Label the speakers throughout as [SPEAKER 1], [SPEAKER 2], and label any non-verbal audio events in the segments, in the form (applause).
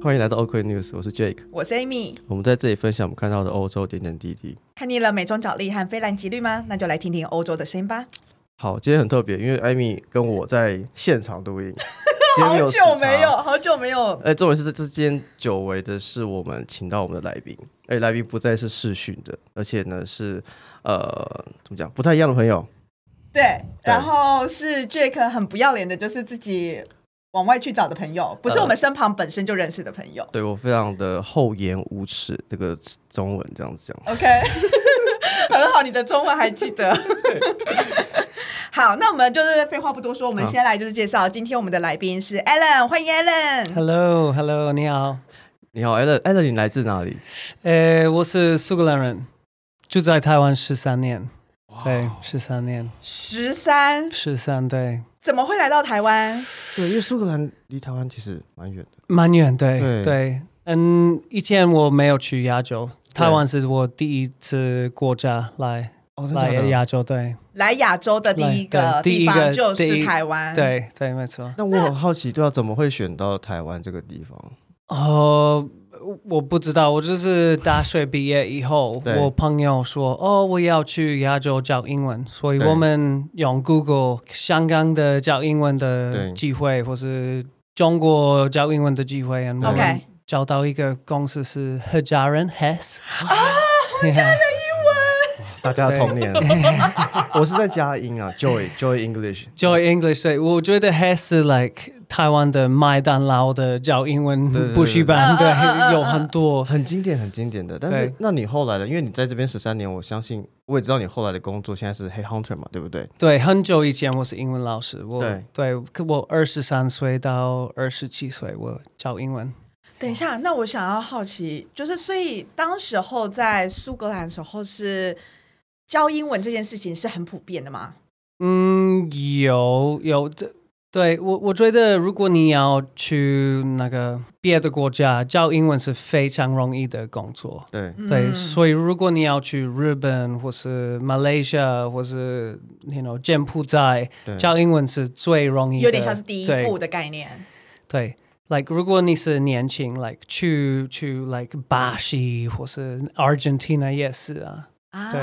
[SPEAKER 1] 欢迎来到 OK News，我是 Jake。
[SPEAKER 2] 我是 Amy，
[SPEAKER 1] 我们在这里分享我们看到的欧洲点点滴滴。
[SPEAKER 2] 看腻了美中角力和菲蓝吉绿吗？那就来听听欧洲的声音吧。
[SPEAKER 1] 好，今天很特别，因为艾米跟我在现场录
[SPEAKER 2] (laughs)
[SPEAKER 1] 音，今天
[SPEAKER 2] 好
[SPEAKER 1] 时
[SPEAKER 2] 久
[SPEAKER 1] 差
[SPEAKER 2] 没有，。好久没有，
[SPEAKER 1] 哎，重点是这这今天久违的是我们请到我们的来宾，哎，来宾不再是视讯的，而且呢是呃怎么讲不太一样的朋友，
[SPEAKER 2] 对。然后是 Jake 很不要脸的，就是自己往外去找的朋友，不是
[SPEAKER 1] 呃
[SPEAKER 2] 我们身旁本身就认识的朋友。
[SPEAKER 1] 对我非常的厚颜无耻，这个中文这样子讲。
[SPEAKER 3] 呃
[SPEAKER 2] OK，很好，你的中文还记得。好，那我们就是废话不多说，我们
[SPEAKER 1] 好
[SPEAKER 2] 先来就是介绍今天我们的来宾是 Alan，欢迎
[SPEAKER 1] 嗯
[SPEAKER 2] Alan。
[SPEAKER 3] Hello，Hello，你好，
[SPEAKER 1] 你好 a l l e n a l l e n 你来自哪里？
[SPEAKER 3] 呃，我是苏格兰人，住在台湾十三年，对，
[SPEAKER 1] 哦
[SPEAKER 3] 十三年，
[SPEAKER 2] 十三
[SPEAKER 3] 十三对，
[SPEAKER 2] 怎么会来到台湾？
[SPEAKER 1] 对，因为苏格兰离台湾其实蛮远的。
[SPEAKER 3] 蛮远，对
[SPEAKER 1] 对
[SPEAKER 3] 对，嗯，以前我没有去亚洲，台湾是我第一次国家来
[SPEAKER 1] 哦，真的
[SPEAKER 3] 来
[SPEAKER 1] 假的？
[SPEAKER 3] 亚洲，对
[SPEAKER 2] 来亚洲的第一个
[SPEAKER 3] 来对
[SPEAKER 2] 地
[SPEAKER 3] 第一
[SPEAKER 2] 方
[SPEAKER 3] 个
[SPEAKER 2] 就
[SPEAKER 3] 第
[SPEAKER 2] 是
[SPEAKER 3] 一
[SPEAKER 2] 台
[SPEAKER 1] 嗯
[SPEAKER 2] 湾，，
[SPEAKER 3] 对对，没错。
[SPEAKER 1] 那我很好奇，对啊，怎么会选到台湾这个地方？
[SPEAKER 3] 哦，我不知道，我就是大学毕业以后，
[SPEAKER 1] 对
[SPEAKER 3] 我朋友说，哦，我要去亚洲教英文，所以
[SPEAKER 1] 对
[SPEAKER 3] 我们用 Google 香港的教英文
[SPEAKER 1] 对
[SPEAKER 3] 的机会，或是中国教英文的机会，然后我们
[SPEAKER 2] OK
[SPEAKER 3] 找到一个公司是客家人 Hess (laughs) 啊，家人
[SPEAKER 1] 大家的童
[SPEAKER 3] (laughs)
[SPEAKER 1] 年，我是在佳音啊，Joy Joy English，
[SPEAKER 3] Joy English，对我觉得 Hess 是 like 台湾的麦当劳的教
[SPEAKER 1] 对
[SPEAKER 3] 英
[SPEAKER 1] 对
[SPEAKER 3] 文
[SPEAKER 1] 对
[SPEAKER 3] 补习
[SPEAKER 2] 嗯嗯
[SPEAKER 3] 班，
[SPEAKER 2] 嗯嗯
[SPEAKER 3] 对，有
[SPEAKER 2] 嗯
[SPEAKER 3] 很多。
[SPEAKER 1] 很经典很经典的。但是
[SPEAKER 3] 哦对
[SPEAKER 1] 那你后来的，因为你在这边十三年，我相信我也知道你后来的工作现在是 Hey Hunter 嘛，对不对？
[SPEAKER 3] 对，很久以前我是英文老师，我
[SPEAKER 1] 对
[SPEAKER 3] 可我二十三岁到二十七岁我教英文。
[SPEAKER 2] 等一下，那我想要好奇，就是所以当时候在苏格兰的时候是教英文这件事情是很普遍的吗？
[SPEAKER 3] 嗯，有有这。对我，我觉得如果你要去那个别的国家教英文是非常容易的工作，
[SPEAKER 1] 对，
[SPEAKER 3] 对，
[SPEAKER 2] 嗯
[SPEAKER 3] 所以如果你要去日本或是马来西亚或是 you know 柬埔寨
[SPEAKER 1] 对
[SPEAKER 3] 教英文是最容易的，
[SPEAKER 2] 有点像是第一
[SPEAKER 3] 对
[SPEAKER 2] 步的概念。
[SPEAKER 3] 对，like 如果你是年轻，like 去去 like 巴西或是 Argentina 也是啊，
[SPEAKER 2] 啊
[SPEAKER 3] 对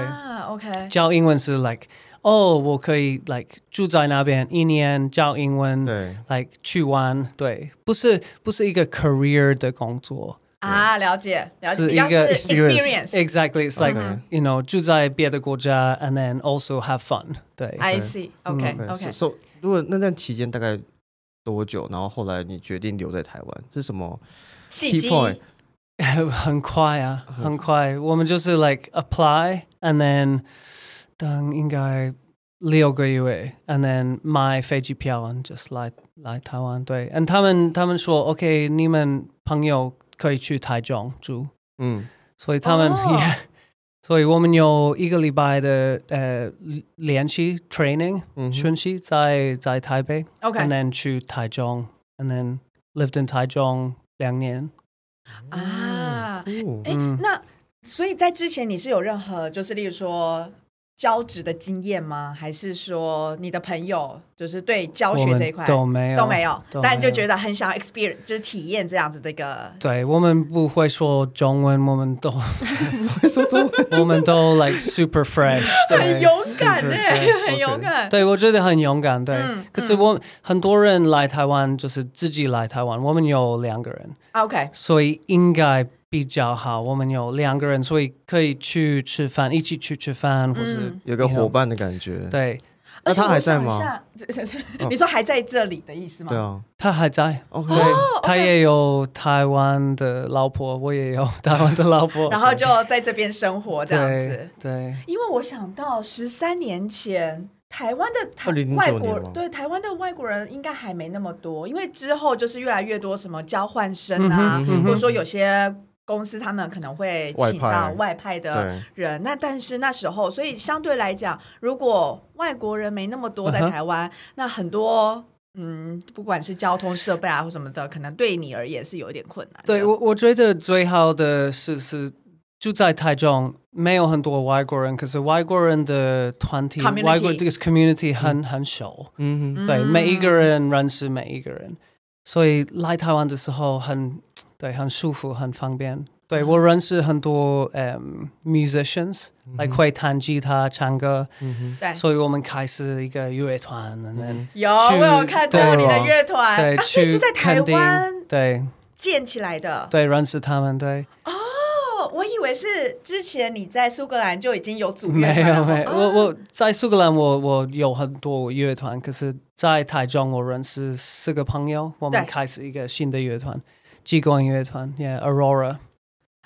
[SPEAKER 2] ，OK，
[SPEAKER 3] 教英文是 like 哦，我可以 like 住在那边一年教英文
[SPEAKER 1] 对，
[SPEAKER 3] ，like 去玩，对，不是不是一个 career 的工作
[SPEAKER 2] 啊，了解，了解，
[SPEAKER 3] 是
[SPEAKER 2] 比较
[SPEAKER 3] 一个
[SPEAKER 1] experience
[SPEAKER 2] experience。
[SPEAKER 3] ，exactly，it's like、
[SPEAKER 2] 嗯
[SPEAKER 1] OK
[SPEAKER 3] you know 住在别的国家，and then also have fun，对。
[SPEAKER 2] I
[SPEAKER 3] 嗯
[SPEAKER 2] see，OK，OK，、
[SPEAKER 1] 对是 So，如果那段期间大概多久？然后后来你决定留在台湾是什么
[SPEAKER 2] 契
[SPEAKER 1] key
[SPEAKER 2] 机
[SPEAKER 1] point？
[SPEAKER 3] (laughs) 很快啊，
[SPEAKER 1] 嗯
[SPEAKER 3] 很快。我们就是 like apply and then 等应该六个月，and then 买飞机票，and just 来来台湾。对，and 他们他们说 OK，你们朋友可以去台中住，
[SPEAKER 1] 嗯，
[SPEAKER 3] 所以他们、
[SPEAKER 2] 哦
[SPEAKER 3] (laughs) 所以我们有一个礼拜的呃联系 uh, training
[SPEAKER 1] 嗯哼
[SPEAKER 3] 训习在在台北
[SPEAKER 2] (laughs) OK
[SPEAKER 3] and then 去台中，and then lived in 台中两年。
[SPEAKER 2] 啊，
[SPEAKER 1] Cool
[SPEAKER 2] 哎、
[SPEAKER 3] 嗯
[SPEAKER 2] 那所以在之前你是有任何就是例如说教职的经验吗？还是说你的朋友就是对教
[SPEAKER 3] 我
[SPEAKER 2] 学
[SPEAKER 3] 们
[SPEAKER 2] 这一块
[SPEAKER 3] 都没有
[SPEAKER 2] 都没有，
[SPEAKER 3] 都
[SPEAKER 2] 但就
[SPEAKER 3] 没有
[SPEAKER 2] 觉得很想要 experience，就是体验这样子的一个。
[SPEAKER 3] 对我们不会说中文，我们都
[SPEAKER 1] 会说中文
[SPEAKER 3] (laughs) 我们都 like super fresh，
[SPEAKER 2] 很勇敢
[SPEAKER 1] super
[SPEAKER 2] 呢、
[SPEAKER 1] fresh，
[SPEAKER 2] 很勇
[SPEAKER 1] OK
[SPEAKER 2] 敢。
[SPEAKER 3] 对我觉得很勇敢，对。
[SPEAKER 2] 嗯
[SPEAKER 3] 可是我、很多人来台湾就是自己来台湾，我们有两个人，
[SPEAKER 2] 啊 OK，
[SPEAKER 3] 所以应该比较好。我们有两个人，所以可以去吃饭，一起去吃饭，或
[SPEAKER 2] 嗯
[SPEAKER 3] 是、
[SPEAKER 1] 有个伙伴的感觉。
[SPEAKER 3] 哎对
[SPEAKER 1] 那
[SPEAKER 2] 而且
[SPEAKER 1] 他还
[SPEAKER 2] 我
[SPEAKER 1] 在
[SPEAKER 2] 想一
[SPEAKER 1] 吗哦
[SPEAKER 2] 下？ (laughs) 你说还在这里的意思吗？
[SPEAKER 1] 对啊
[SPEAKER 3] 他还在。
[SPEAKER 1] ，OK，
[SPEAKER 3] 对，
[SPEAKER 2] 哦
[SPEAKER 3] 他也有台湾的老婆，我也有台湾的老
[SPEAKER 2] (laughs) (laughs)
[SPEAKER 3] 婆。
[SPEAKER 2] 然后就在这边生活这样子
[SPEAKER 3] 对。对，
[SPEAKER 2] 因为我想到十三年前。台湾的台
[SPEAKER 1] 2009
[SPEAKER 2] 外
[SPEAKER 1] 年
[SPEAKER 2] 国
[SPEAKER 1] 吗
[SPEAKER 2] 对台湾的外国人应该还没那么多，因为之后就是越来越多什么交换生啊，
[SPEAKER 3] 嗯哼嗯哼
[SPEAKER 2] 或者说有些公司他们可能会
[SPEAKER 1] 外
[SPEAKER 2] 请
[SPEAKER 1] 派
[SPEAKER 2] 到外派的
[SPEAKER 1] 对，
[SPEAKER 2] 人。那但是那时候，所以相对来讲，如果外国人没那么多在
[SPEAKER 3] 嗯哼
[SPEAKER 2] 台湾，那很多嗯，不管是交通设备啊或什么的，可能对你而言是有一点困难的。
[SPEAKER 3] 对我，我觉得最好的是是住在台中，没有很多外国人，可是外国人的团体
[SPEAKER 2] Community
[SPEAKER 3] 外国这个 community 很、很小，
[SPEAKER 1] 嗯哼，
[SPEAKER 2] 嗯
[SPEAKER 3] 对，每一个人认识每一个人，所以来台湾的时候很对，很舒服，很方便。
[SPEAKER 2] 嗯
[SPEAKER 3] 对我认识很多嗯、musicians，来、
[SPEAKER 2] 嗯
[SPEAKER 3] 会弹吉他、唱歌，
[SPEAKER 1] 嗯哼，
[SPEAKER 2] 对
[SPEAKER 3] 所以我们开始一个乐团，and
[SPEAKER 1] 嗯
[SPEAKER 3] then
[SPEAKER 1] 哼
[SPEAKER 2] 有我有看到你的
[SPEAKER 1] 对
[SPEAKER 2] 乐团，
[SPEAKER 3] 对，
[SPEAKER 2] 啊，所以
[SPEAKER 3] 去
[SPEAKER 2] 是在台
[SPEAKER 3] 垦丁
[SPEAKER 2] 湾
[SPEAKER 3] 对
[SPEAKER 2] 建起来的。
[SPEAKER 3] 对，认识他们，对，
[SPEAKER 2] 哦，我以为是之前你在苏格兰就已经有组乐
[SPEAKER 3] (laughs) 没
[SPEAKER 2] 团
[SPEAKER 3] 有
[SPEAKER 2] 了
[SPEAKER 3] 没有，
[SPEAKER 2] 哦
[SPEAKER 3] 我我在苏格兰我，我有很多乐团，可是，在台中我认识四个朋友，我们
[SPEAKER 2] 对
[SPEAKER 3] 开始一个新的乐团，激光乐团，Yeah，Aurora，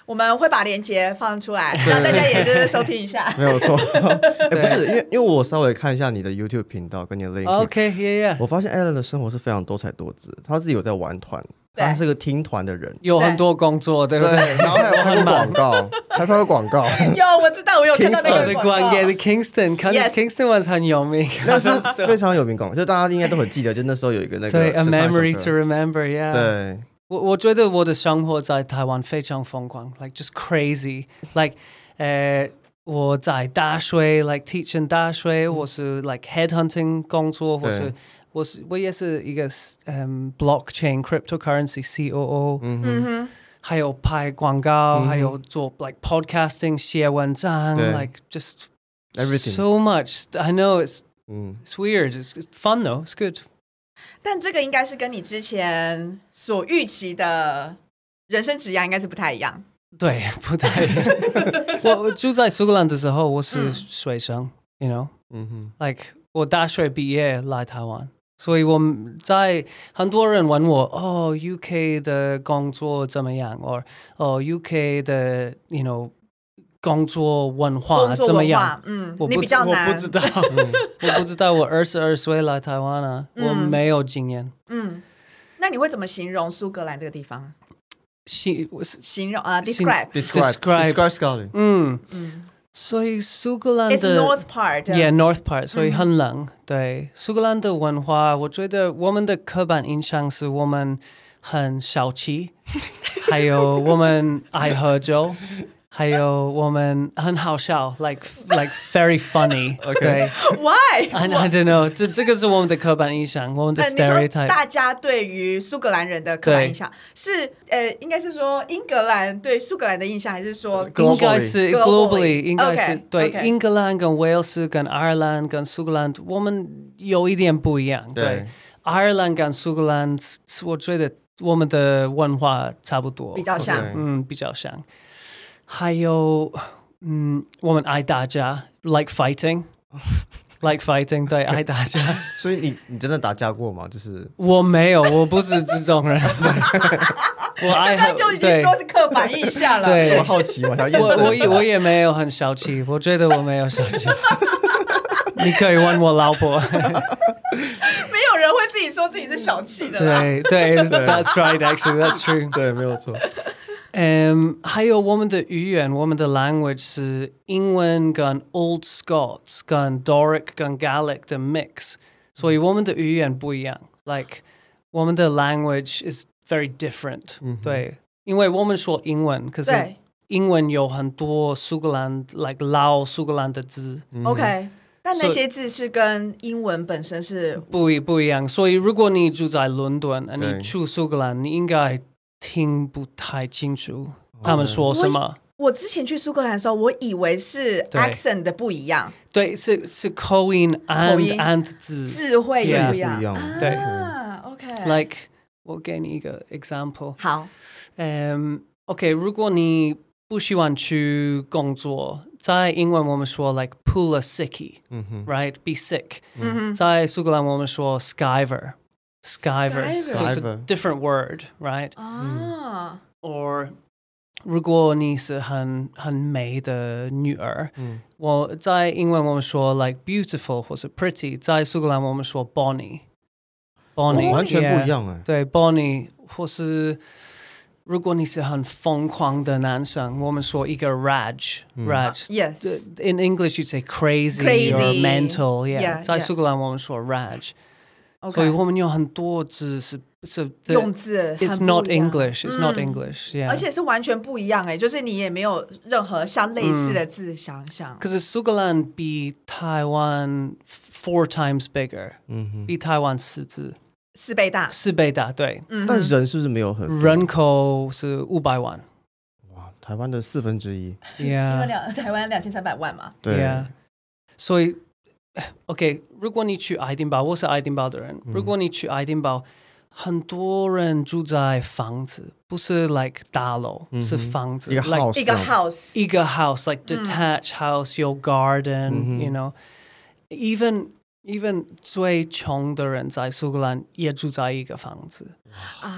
[SPEAKER 2] 我们会把链接放出
[SPEAKER 3] (laughs)
[SPEAKER 2] 来，让大家也就是收听一下。
[SPEAKER 1] 没有错。哎，不是，因为因为我稍微看一下你的 YouTube 频道跟你的 link，、
[SPEAKER 3] OK，Yeah Yeah，
[SPEAKER 1] 我发现 Alan 的生活是非常多才多姿，他自己有在玩团，
[SPEAKER 2] 对
[SPEAKER 1] 他是个听团的人，
[SPEAKER 3] 有很多工作，对不
[SPEAKER 1] 对，
[SPEAKER 3] 对？
[SPEAKER 1] 然后还有拍过广告，还拍过广
[SPEAKER 3] (laughs)
[SPEAKER 1] 告，
[SPEAKER 2] 有，我知道，我有看到 (laughs) 那
[SPEAKER 3] 我
[SPEAKER 2] 个
[SPEAKER 3] 的
[SPEAKER 2] 广
[SPEAKER 3] 关
[SPEAKER 2] 告
[SPEAKER 3] 给。的 Kingston，看
[SPEAKER 2] Yes
[SPEAKER 3] Kingston 晚很有名，
[SPEAKER 1] 那是非常有名广告，就大家应该都很记得，就那时候有一个那个
[SPEAKER 3] 对，A
[SPEAKER 1] 是唱一首
[SPEAKER 3] Memory
[SPEAKER 1] 歌
[SPEAKER 3] to Remember，Yeah，
[SPEAKER 1] 对，
[SPEAKER 3] 我我觉得我的生活在台湾非常疯狂，like just crazy，like，呃，我在大学，like teaching 大学，我是 like headhunting 工作，
[SPEAKER 1] 对
[SPEAKER 3] 我是我是我也是一个嗯、blockchain cryptocurrency COO，、
[SPEAKER 1] 嗯哼，
[SPEAKER 2] 嗯哼，
[SPEAKER 3] 还有拍广告，
[SPEAKER 1] 嗯哼
[SPEAKER 3] 还有做 like podcasting 写文章
[SPEAKER 1] 对
[SPEAKER 3] ，like just
[SPEAKER 1] Everything
[SPEAKER 3] so much. I know it's
[SPEAKER 1] 嗯，
[SPEAKER 3] it's weird. It's, it's fun though. It's good.
[SPEAKER 2] 但这个应该是跟你之前所预期的人生职涯应该是不太一样。
[SPEAKER 3] (laughs) 对，
[SPEAKER 2] (laughs)
[SPEAKER 3] 不太一样。我我住在苏格兰的时候，我是
[SPEAKER 2] 嗯
[SPEAKER 3] 学生、y o u know。
[SPEAKER 1] 嗯哼，
[SPEAKER 3] like 我大学毕业来台湾，所以我们在很多人问我哦，UK 的工作怎么样？或哦，UK 的 you know 工作文化
[SPEAKER 2] 工作
[SPEAKER 3] 怎么
[SPEAKER 2] 文
[SPEAKER 3] 样
[SPEAKER 2] 化？，嗯
[SPEAKER 3] 我，
[SPEAKER 2] 你
[SPEAKER 3] 不
[SPEAKER 2] 比
[SPEAKER 3] 知
[SPEAKER 2] 较
[SPEAKER 3] 我
[SPEAKER 2] 难。
[SPEAKER 3] 不
[SPEAKER 2] (laughs)
[SPEAKER 3] 知道，我不知道。我二十二岁来台湾啊，
[SPEAKER 2] 嗯
[SPEAKER 3] 我没有经验。
[SPEAKER 2] 嗯，那你会怎么形容苏格兰这个地方？
[SPEAKER 3] 是我是
[SPEAKER 2] 形容啊
[SPEAKER 3] 形
[SPEAKER 2] ，describe，
[SPEAKER 1] Describe
[SPEAKER 3] Describe
[SPEAKER 1] describe Scotland，
[SPEAKER 3] 嗯，
[SPEAKER 2] 嗯
[SPEAKER 3] 所以苏格兰
[SPEAKER 2] ，it's
[SPEAKER 3] 的
[SPEAKER 2] north part。
[SPEAKER 3] Yeah, Mm-hmm. North Part，所以
[SPEAKER 2] 嗯
[SPEAKER 3] 很冷。对，苏格兰的文化，我觉得我们的刻板印象是我们很小 (laughs) 气，还有我们爱喝酒，还有我们很好笑，like like very funny。
[SPEAKER 1] OK
[SPEAKER 3] 对 (laughs)
[SPEAKER 2] Why？
[SPEAKER 3] ，I I don't know，这这个是我们的刻板印象，我们的
[SPEAKER 2] 呃，你说
[SPEAKER 3] stereotype。
[SPEAKER 2] 大家对于苏格兰人的刻板印象是呃，应该是说英格兰对苏格兰的印象，还是说
[SPEAKER 1] Globally
[SPEAKER 3] 应该是
[SPEAKER 2] Globally
[SPEAKER 3] globally，应该是
[SPEAKER 2] OK，
[SPEAKER 3] 对
[SPEAKER 2] OK
[SPEAKER 3] 英格兰跟威尔士跟爱尔兰跟苏格兰，我们有一点不一样。对
[SPEAKER 1] 对，，
[SPEAKER 3] 爱尔兰跟苏格兰，我觉得我们的文化差不多，
[SPEAKER 2] 比较像？
[SPEAKER 1] OK
[SPEAKER 3] 嗯比较像。还有，嗯，我们爱大家，like fighting，like fighting，
[SPEAKER 2] (laughs)
[SPEAKER 3] 对，爱大家。
[SPEAKER 1] 所以你你真的打架过吗？
[SPEAKER 3] (laughs)
[SPEAKER 1] 就是
[SPEAKER 3] 我没有，我不是这
[SPEAKER 2] (laughs)
[SPEAKER 3] 种人。对我爱
[SPEAKER 2] 刚刚就已经
[SPEAKER 3] 对
[SPEAKER 2] 说是刻板印象了。
[SPEAKER 3] 对
[SPEAKER 1] 我好奇嘛，想要验证
[SPEAKER 3] 我我
[SPEAKER 1] 一下
[SPEAKER 3] 也我也没有很小气，我觉得我没有小
[SPEAKER 2] (laughs)
[SPEAKER 3] 气。你可以问我老婆。
[SPEAKER 2] 没有人会自己说自己是小气的啦。
[SPEAKER 3] 对对，That's right, actually, that's true.
[SPEAKER 1] 对，没有错，
[SPEAKER 3] 嗯，还有我们的语言，我们的 language 是英文跟 Old Scots 跟 Doric 跟 Gaelic 的 mix，所以我们的语言不一样。Like 我们的 language is very different、
[SPEAKER 1] 嗯哼
[SPEAKER 3] 对，因为我们说英文，可是
[SPEAKER 2] 对
[SPEAKER 3] 英文有很多苏格兰 like 老苏格兰的字
[SPEAKER 1] 嗯哼
[SPEAKER 2] o k 但那
[SPEAKER 3] 所以
[SPEAKER 2] 些字是跟英文本身是
[SPEAKER 3] 不一不一样，所以如果你住在伦敦，呃
[SPEAKER 1] 对
[SPEAKER 3] 你去苏格兰，你应该听不太清楚他们说什么。
[SPEAKER 2] 我之前去苏格兰的时候，我以为是
[SPEAKER 3] 对
[SPEAKER 2] accent 的不一样，
[SPEAKER 3] 对，是是口音 and
[SPEAKER 2] 音
[SPEAKER 3] and 嗯字
[SPEAKER 2] 字会
[SPEAKER 1] 字
[SPEAKER 2] 不
[SPEAKER 1] 不一
[SPEAKER 2] 样。
[SPEAKER 1] 样，
[SPEAKER 3] 对
[SPEAKER 2] 啊，OK，
[SPEAKER 3] ，like 我给你一个 example，
[SPEAKER 2] 好，
[SPEAKER 3] 嗯、o k 如果你不喜欢去工作，在英文我们说 like pull a sickie，right
[SPEAKER 1] 嗯哼
[SPEAKER 3] be sick，、
[SPEAKER 2] 嗯哼，
[SPEAKER 3] 在苏格兰我们说 skyver。Skyver, so it's a
[SPEAKER 1] Skyver
[SPEAKER 3] different word, right? 嗯
[SPEAKER 2] 啊，
[SPEAKER 3] Or 如果你是很很美的女儿，
[SPEAKER 1] 嗯
[SPEAKER 3] 我在英文我们说 like beautiful 或是 pretty，在苏格兰我们说 bonny，bonny，、
[SPEAKER 1] 哦完全不一
[SPEAKER 3] yeah
[SPEAKER 1] 样哎，
[SPEAKER 3] 对 bonny 或是如果你是很疯狂的男生，我们说一个 rage、
[SPEAKER 1] 嗯
[SPEAKER 3] rage。
[SPEAKER 2] ，yes，
[SPEAKER 3] In English, you'd say crazy,
[SPEAKER 2] Crazy.
[SPEAKER 3] or mental. Yeah.
[SPEAKER 2] Yeah,
[SPEAKER 3] 在
[SPEAKER 2] yeah.
[SPEAKER 3] 苏格兰我们说 rage。所
[SPEAKER 2] OK，
[SPEAKER 3] 以我们有很多字是是
[SPEAKER 2] 用
[SPEAKER 3] the,
[SPEAKER 2] 字
[SPEAKER 3] it's
[SPEAKER 2] 很不
[SPEAKER 3] not
[SPEAKER 2] 一样
[SPEAKER 3] English, it's not
[SPEAKER 2] 嗯
[SPEAKER 3] English, yeah.
[SPEAKER 2] 而且是完全不一样哎、就是你也没有任何像类
[SPEAKER 3] 嗯
[SPEAKER 2] 似的字想想。
[SPEAKER 3] Because Sugaland be Taiwan four times bigger.
[SPEAKER 1] 嗯哼，
[SPEAKER 3] Be Taiwan 四字
[SPEAKER 2] 四倍大，
[SPEAKER 3] 四倍大对。
[SPEAKER 2] 嗯哼，
[SPEAKER 1] 但人是不是没有很
[SPEAKER 3] 人口是五百万。
[SPEAKER 1] 哇？台湾的四分之一，
[SPEAKER 2] 因为
[SPEAKER 3] Yeah.
[SPEAKER 2] 两台湾两千三百万嘛，
[SPEAKER 1] 对
[SPEAKER 3] Yeah. 所以，OK，如果你去爱丁堡，我是爱丁堡的人。如果你去爱丁堡，很多人住在房子，不是 like 大楼，
[SPEAKER 1] 嗯哼
[SPEAKER 3] 是房子
[SPEAKER 1] 一个
[SPEAKER 3] like
[SPEAKER 1] house
[SPEAKER 2] 一个
[SPEAKER 1] 这样
[SPEAKER 2] house，
[SPEAKER 3] 一个 house like
[SPEAKER 2] 嗯
[SPEAKER 3] detached house 有 garden，you、
[SPEAKER 1] 嗯哼
[SPEAKER 3] know even。even 最穷的人在苏格兰也住在一个房子，
[SPEAKER 2] 啊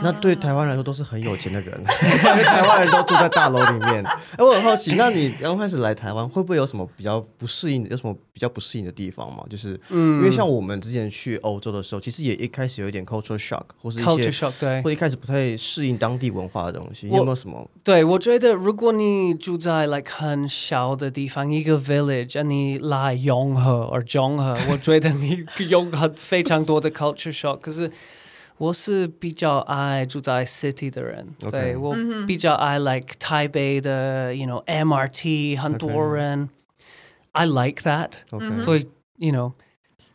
[SPEAKER 1] 那对台湾来说都是很有钱的人， (laughs) 因为台湾人都住在大楼里面。哎、我很好
[SPEAKER 2] (laughs)
[SPEAKER 1] 奇，那你刚开始来台湾，会不会有什么比较不适应？有什么比较不适应的地方吗？就是，
[SPEAKER 3] 嗯
[SPEAKER 1] 因为像我们之前去欧洲的时候，其实也一开始有一点 culture shock，或是一
[SPEAKER 3] culture
[SPEAKER 1] 些
[SPEAKER 3] shock 对
[SPEAKER 1] 或一开始不太适应当地文化的东西。你
[SPEAKER 3] 我
[SPEAKER 1] 有没有什么？
[SPEAKER 3] 对，我觉得如果你住在 like 很小的地方，一个 village，你来融合 or 中和，我觉得你融合非常多的 culture shock。可是我是比较爱住在 city 的人
[SPEAKER 1] OK
[SPEAKER 3] 对我比较爱 like 台北的，you know MRT 很多
[SPEAKER 1] OK
[SPEAKER 3] 人 I like that。
[SPEAKER 1] OK，、
[SPEAKER 2] 嗯
[SPEAKER 3] 所以 you know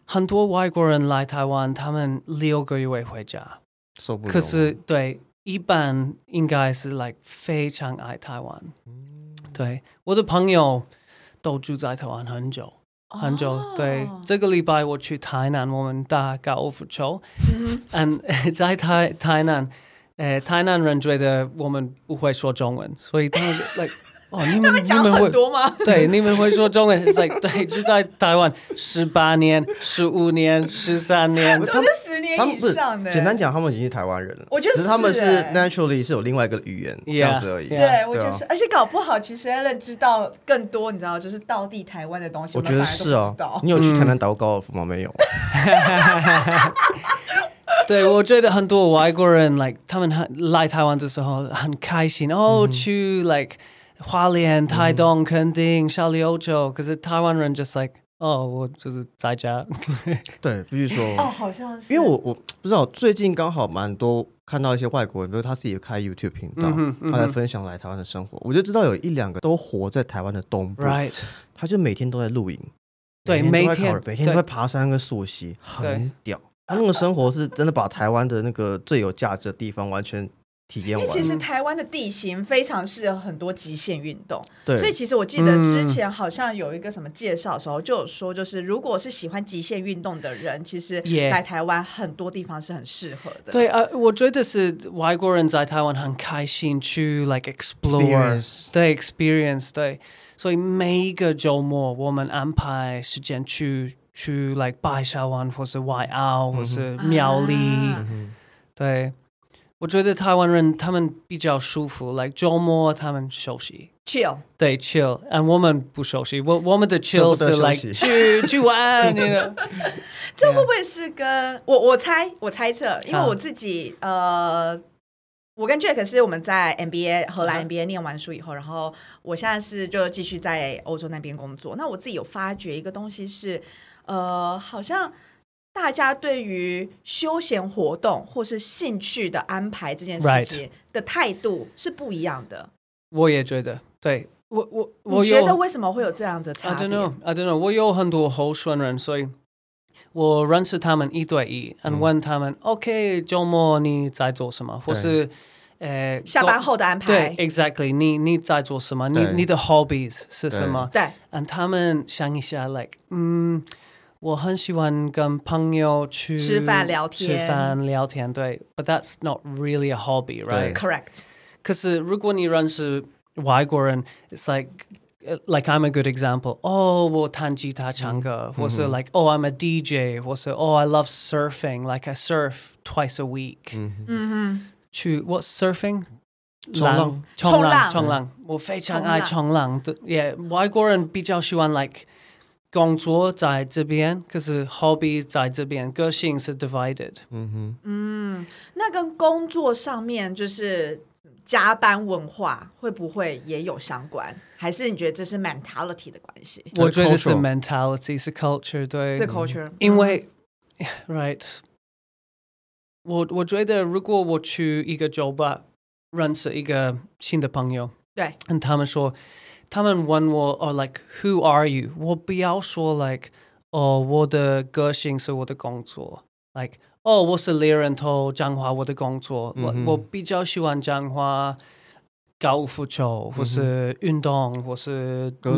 [SPEAKER 3] 很多外国人来台湾，他们六个月回家。
[SPEAKER 1] 受不了吗。
[SPEAKER 3] 可是对，一般应该是 like 非常爱台湾。对，我的朋友都住在台湾很久
[SPEAKER 2] 哦
[SPEAKER 3] 很久。对，这个礼拜我去台南，我们打高尔夫球。嗯、 (laughs) 在台台南，呃，台南人觉得我们不会说中文，所以他们 like 哦，你们你
[SPEAKER 2] 讲
[SPEAKER 3] 们
[SPEAKER 2] 很
[SPEAKER 3] 会。
[SPEAKER 2] 多吗？
[SPEAKER 3] 对，你们会说中文，it's like 对，就在台湾十八年、十五年、十三年，
[SPEAKER 2] 都是十年
[SPEAKER 1] 他们
[SPEAKER 2] 以
[SPEAKER 1] 不是
[SPEAKER 2] 上的、
[SPEAKER 1] 简单，啊讲，他们已经是台湾人了。
[SPEAKER 2] 我觉得
[SPEAKER 1] 只是他们
[SPEAKER 2] 是
[SPEAKER 1] 是
[SPEAKER 2] 欸
[SPEAKER 1] naturally 是有另外一个语言这样子而已。
[SPEAKER 3] Yeah,
[SPEAKER 2] 对
[SPEAKER 3] yeah
[SPEAKER 2] 我
[SPEAKER 1] 对
[SPEAKER 2] 觉得
[SPEAKER 1] 啊
[SPEAKER 2] 是，而且搞不好其实 Allen 知道更多，你知道，就是道地台湾的东西，
[SPEAKER 1] 我
[SPEAKER 2] 们
[SPEAKER 1] 觉得
[SPEAKER 2] 反而都
[SPEAKER 1] 是
[SPEAKER 2] 不
[SPEAKER 1] 啊
[SPEAKER 2] 知道，
[SPEAKER 1] 你有去台南打过高尔夫吗？没有。 (laughs)
[SPEAKER 3] 对，我觉得很多外国人，like 他们很来台湾的时候很开心，哦，去 oh, like 花莲、台东、垦丁、沙里欧洲，可是台湾人 just like oh, 哦，我就是在家，
[SPEAKER 1] 对，必须说。
[SPEAKER 2] 哦，好像是，
[SPEAKER 1] 因为我我不知道，最近刚好蛮多看到一些外国人，比如他自己开 YouTube 频道，
[SPEAKER 2] 嗯
[SPEAKER 1] 他在分享来台湾的生活，我就知道有一两个都活在台湾的东部
[SPEAKER 3] right，
[SPEAKER 1] 他就每天都在露营，
[SPEAKER 3] 对
[SPEAKER 1] 每
[SPEAKER 3] 每
[SPEAKER 1] 天都在烤
[SPEAKER 3] 天
[SPEAKER 1] 肉每天
[SPEAKER 3] 对
[SPEAKER 1] 都在爬山跟溯溪，
[SPEAKER 3] 对
[SPEAKER 1] 很屌。他那个生活是真的把台湾的那个最有价值的地方完全体验
[SPEAKER 2] 因为
[SPEAKER 1] 完
[SPEAKER 2] 其，实台湾的地形非常适合很多极限运动，所以
[SPEAKER 1] 对，嗯
[SPEAKER 2] 其实我记得之前好像有一个什么介绍的时候就有说，就是如果是喜欢极限运动的人，其实
[SPEAKER 3] Yeah
[SPEAKER 2] 来台湾很多地方是很适合的。
[SPEAKER 3] 对啊、呃我觉得是外国人在台湾很开心去 like explore，
[SPEAKER 1] Experience
[SPEAKER 3] 对 experience，对，所以每一个周末我们安排时间去去 like 白沙湾或是外澳或是苗栗。
[SPEAKER 2] 啊
[SPEAKER 1] 嗯
[SPEAKER 3] 对，我觉得台湾人他们比较舒服，like 周末他们休息，
[SPEAKER 2] ，chill，
[SPEAKER 3] 对 chill，and 我们不休息，我我们的 chill
[SPEAKER 1] 舍不
[SPEAKER 3] 是
[SPEAKER 1] 得
[SPEAKER 3] like
[SPEAKER 1] 休息
[SPEAKER 3] 去去玩，你 know，
[SPEAKER 2] (laughs) 这
[SPEAKER 3] 啊
[SPEAKER 2] 会不会是跟我我猜我猜测，因为我自己、呃。我跟 Jack 是我们在 MBA 荷兰
[SPEAKER 3] 嗯
[SPEAKER 2] MBA 念完书以后，然后我现在是就继续在欧洲那边工作。那我自己有发觉一个东西是，呃，好像大家对于休闲活动或是兴趣的安排这件事
[SPEAKER 3] Right
[SPEAKER 2] 情的态度是不一样的。
[SPEAKER 3] 我也觉得，对我我我
[SPEAKER 2] 你觉得
[SPEAKER 3] 有啊
[SPEAKER 2] 为什么会有这样的
[SPEAKER 3] ，I
[SPEAKER 2] 差别
[SPEAKER 3] don't？know，I don't know，我有很多候选人，所以。我认识他们一对一，and
[SPEAKER 1] 嗯
[SPEAKER 3] 问他们、o k 周末你在做什么，或
[SPEAKER 1] 对
[SPEAKER 3] 是，呃，
[SPEAKER 2] 下班后的安排，
[SPEAKER 3] 对，exactly，你你在做什么，你
[SPEAKER 1] 对
[SPEAKER 3] 你的 hobbies 是
[SPEAKER 1] 对
[SPEAKER 3] 什么？
[SPEAKER 2] 对，
[SPEAKER 3] and 他们想一下，like，嗯，我很喜欢跟朋友去
[SPEAKER 2] 吃饭聊天
[SPEAKER 3] 吃饭聊天，对，but that's not really a hobby,
[SPEAKER 1] 对
[SPEAKER 3] right？
[SPEAKER 2] ，correct，
[SPEAKER 3] 可是如果你认识外国人，it's like。呃 Like I'm a good example. Oh, 我弹吉他唱歌，或是 like oh I'm a DJ，或是 oh I love surfing. Like I surf twice a week.
[SPEAKER 2] 嗯哼，
[SPEAKER 3] 去 What surfing？
[SPEAKER 1] 冲浪
[SPEAKER 3] 浪
[SPEAKER 2] 冲
[SPEAKER 3] 冲
[SPEAKER 2] 浪
[SPEAKER 3] 浪冲浪，我非常爱
[SPEAKER 2] 冲
[SPEAKER 3] 冲浪的。也外国人比较喜欢 like 工作在这边，可是 hobby 在这边，个性是 divided。
[SPEAKER 1] 嗯哼，
[SPEAKER 2] 那跟工作上面就是加班文化会不会也有相关？还是你觉得这是 mentality 的关系？
[SPEAKER 1] 还是
[SPEAKER 3] 我觉得是
[SPEAKER 1] cultural
[SPEAKER 3] mentality 是 culture 对
[SPEAKER 2] 是 culture，
[SPEAKER 3] 嗯因为 right，我我觉得如果我去一个酒吧认识一个新的朋友，
[SPEAKER 2] 对，
[SPEAKER 3] 跟他们说，他们问我哦、l i k e who are you？我不要说 like 哦，我的个性是我的工作，like 哦，我是猎人头，讲话我的工作，
[SPEAKER 1] 嗯哼
[SPEAKER 3] 我我比较喜欢讲话。高尔夫球，或是运动，或是
[SPEAKER 1] 歌手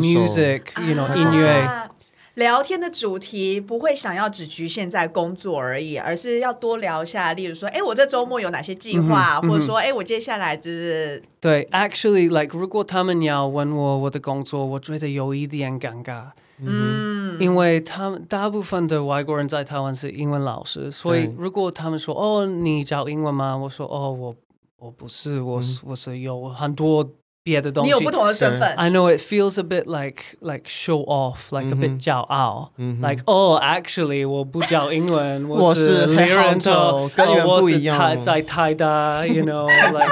[SPEAKER 1] (laughs)
[SPEAKER 3] music，you know，、音乐，
[SPEAKER 2] 啊聊天的主题不会想要只局限在工作而已，而是要多聊一下，例如说，哎，我这周末有哪些计划，
[SPEAKER 3] 嗯哼
[SPEAKER 2] 或者说，哎，我接下来就是
[SPEAKER 3] 对，actually like 如果他们要问我我的工作，我觉得有一点尴尬，
[SPEAKER 2] 嗯，
[SPEAKER 3] 因为他们大部分的外国人在台湾是英文老师，所以
[SPEAKER 1] 对
[SPEAKER 3] 如果他们说哦你教英文吗？我说哦我我不是，我是、我是有很多别的东
[SPEAKER 2] 你
[SPEAKER 3] 西。
[SPEAKER 2] 有不同的身份，
[SPEAKER 3] I know it feels a bit like like show off, like a bit
[SPEAKER 1] Mm-hmm。
[SPEAKER 3] 骄傲、
[SPEAKER 1] 嗯哼
[SPEAKER 3] like oh actually 我不教英文，
[SPEAKER 1] 我 (laughs)
[SPEAKER 3] 是
[SPEAKER 1] 是
[SPEAKER 3] 猎
[SPEAKER 1] 黑
[SPEAKER 3] 人
[SPEAKER 1] 号
[SPEAKER 3] 头
[SPEAKER 1] 手，跟你们
[SPEAKER 3] 哦我
[SPEAKER 1] 不
[SPEAKER 3] 是
[SPEAKER 1] 一样
[SPEAKER 3] 台在台大，you know like